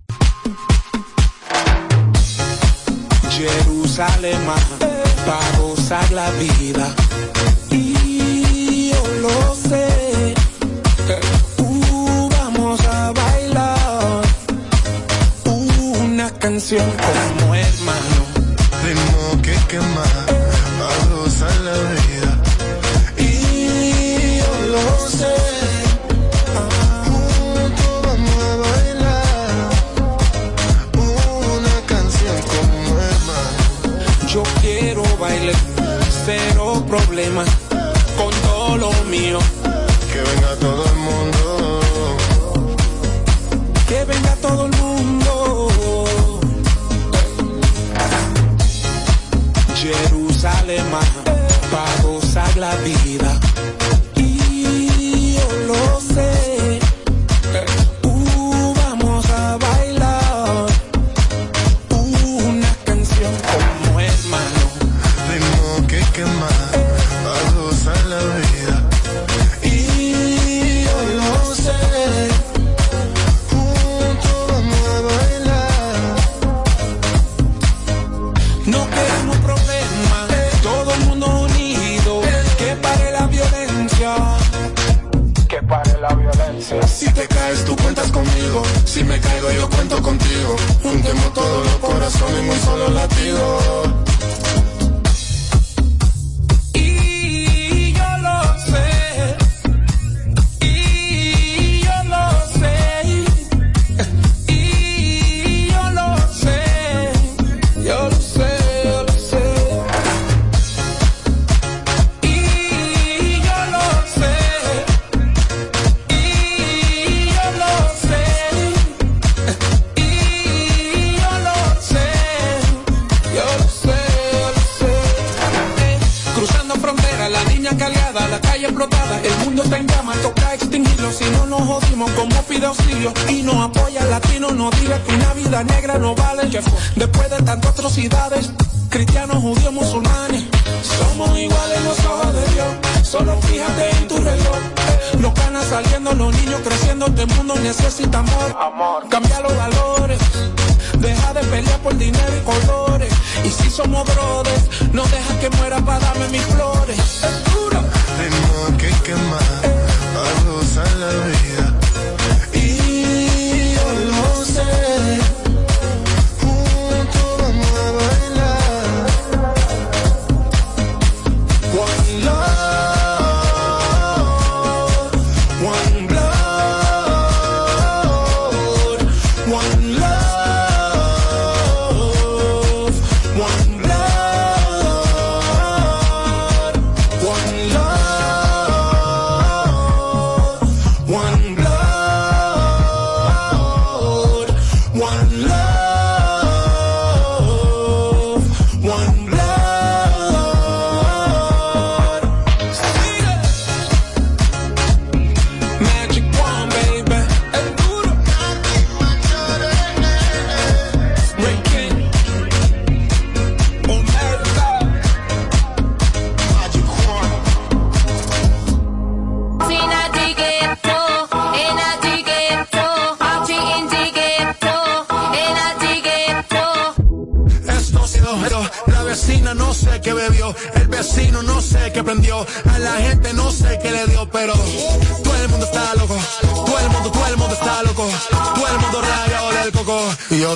S1: Jerusalén para gozar la vida. Y yo lo sé, uh, vamos a bailar una canción como hermano. Tengo que quemar para gozar la vida. Y yo lo sé, juntos vamos a bailar una canción como hermano. Yo quiero bailar, cero problema, con todo lo mío. Que venga todo el mundo. Que venga todo el mundo. para gozar la vida. Y yo lo sé. Uh, vamos a bailar una canción como hermano.
S13: Tengo que quemar para gozar la vida.
S1: Y yo lo sé. Juntos vamos a bailar. No queremos problemas, todo el mundo unido. Que pare la violencia. Que pare la violencia.
S13: Si te caes, tú cuentas conmigo. Si me caigo, yo cuento contigo. Juntemos todos los corazones en un solo latido.
S1: Y yo lo sé, y yo lo sé, y yo lo sé, yo lo sé, yo lo sé, y yo lo sé, y yo lo sé, y yo lo sé. Yo lo sé, yo lo sé. Eh, Cruzando fronteras, la niña caleada, la calle explotada, el mundo está en llamas, toca extinguirlo. Si no nos jodimos, como pide auxilio y nos apoya el latino, no diga que una vida negra no vale. Después de tantas atrocidades, cristianos, judíos, musulmanes, somos iguales en los ojos de Dios. Solo fíjate en tu reloj. Eh, Los canas saliendo, los niños creciendo, este mundo necesita amor. amor. Cambia los valores. Deja de pelear por dinero y colores. Y si somos brothers, no dejas que muera para darme mis flores. Es duro.
S13: Tengo que quemar para gozar la vida.
S1: Y yo lo sé. Juntos vamos a bailar. One love, one blood, one love, one blood, one love, one blood, one love, one blood. Magic one, baby. El duro. Ray King. Omerta. Magic one.
S13: Esto ha sido esto. La vecina no sé qué bebió. El vecino no sé qué prendió. A la gente no sé qué le dio, pero todo el mundo está loco. Todo el mundo, todo el mundo está loco. Todo el mundo rayado del coco. Y yo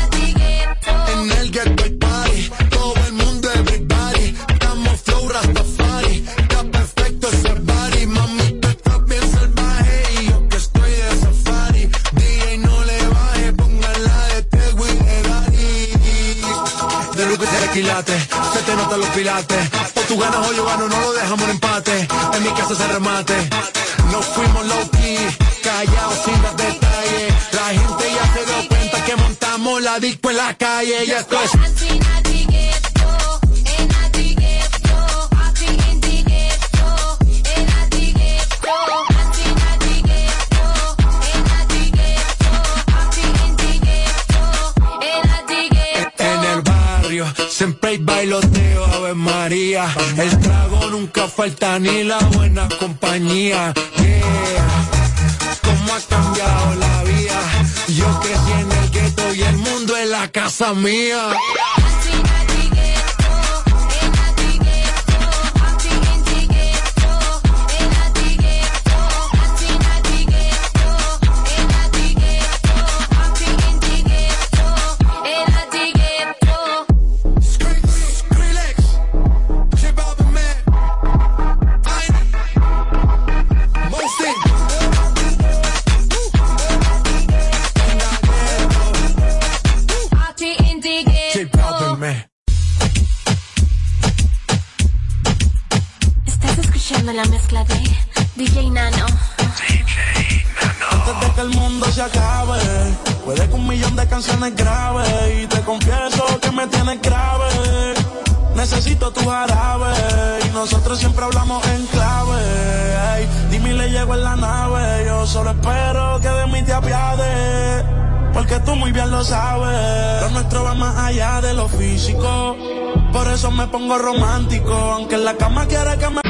S13: En el ghetto hay party, todo el mundo everybody. Estamos flow Rastafari, está perfecto ese body. Mami, tú estás bien salvaje y yo que estoy de safari. DJ no le baje, pongan la de Tego y de Daddy. De Lucas y de Quilate, se te notan los pilates. O tú ganas o yo gano, no lo dejamos en empate. En mi casa se remate. Nos fuimos low key, callados sin dar detalles. La gente ya se dio cuenta que montamos la disco en la calle y esto es.
S1: En el barrio siempre hay bailoteo, Ave María. El trago nunca falta ni la buena compañía. Yeah. ¿Cómo ha cambiado la vida? Yo crecí en el gueto y el mundo es la casa mía.
S11: J Balvin.
S35: escuchando la mezcla de DJ Nano.
S17: Antes de que el mundo se acabe, puede que un millón de canciones graves. Y te confieso que me tienes grave. Necesito tu jarabe. Y nosotros siempre hablamos en clave. Ey, dime y le llego en la nave. Yo solo espero que de mí te apiade. Porque tú muy bien lo sabes. Lo nuestro va más allá de lo físico. Por eso me pongo romántico. Aunque en la cama quiera que me.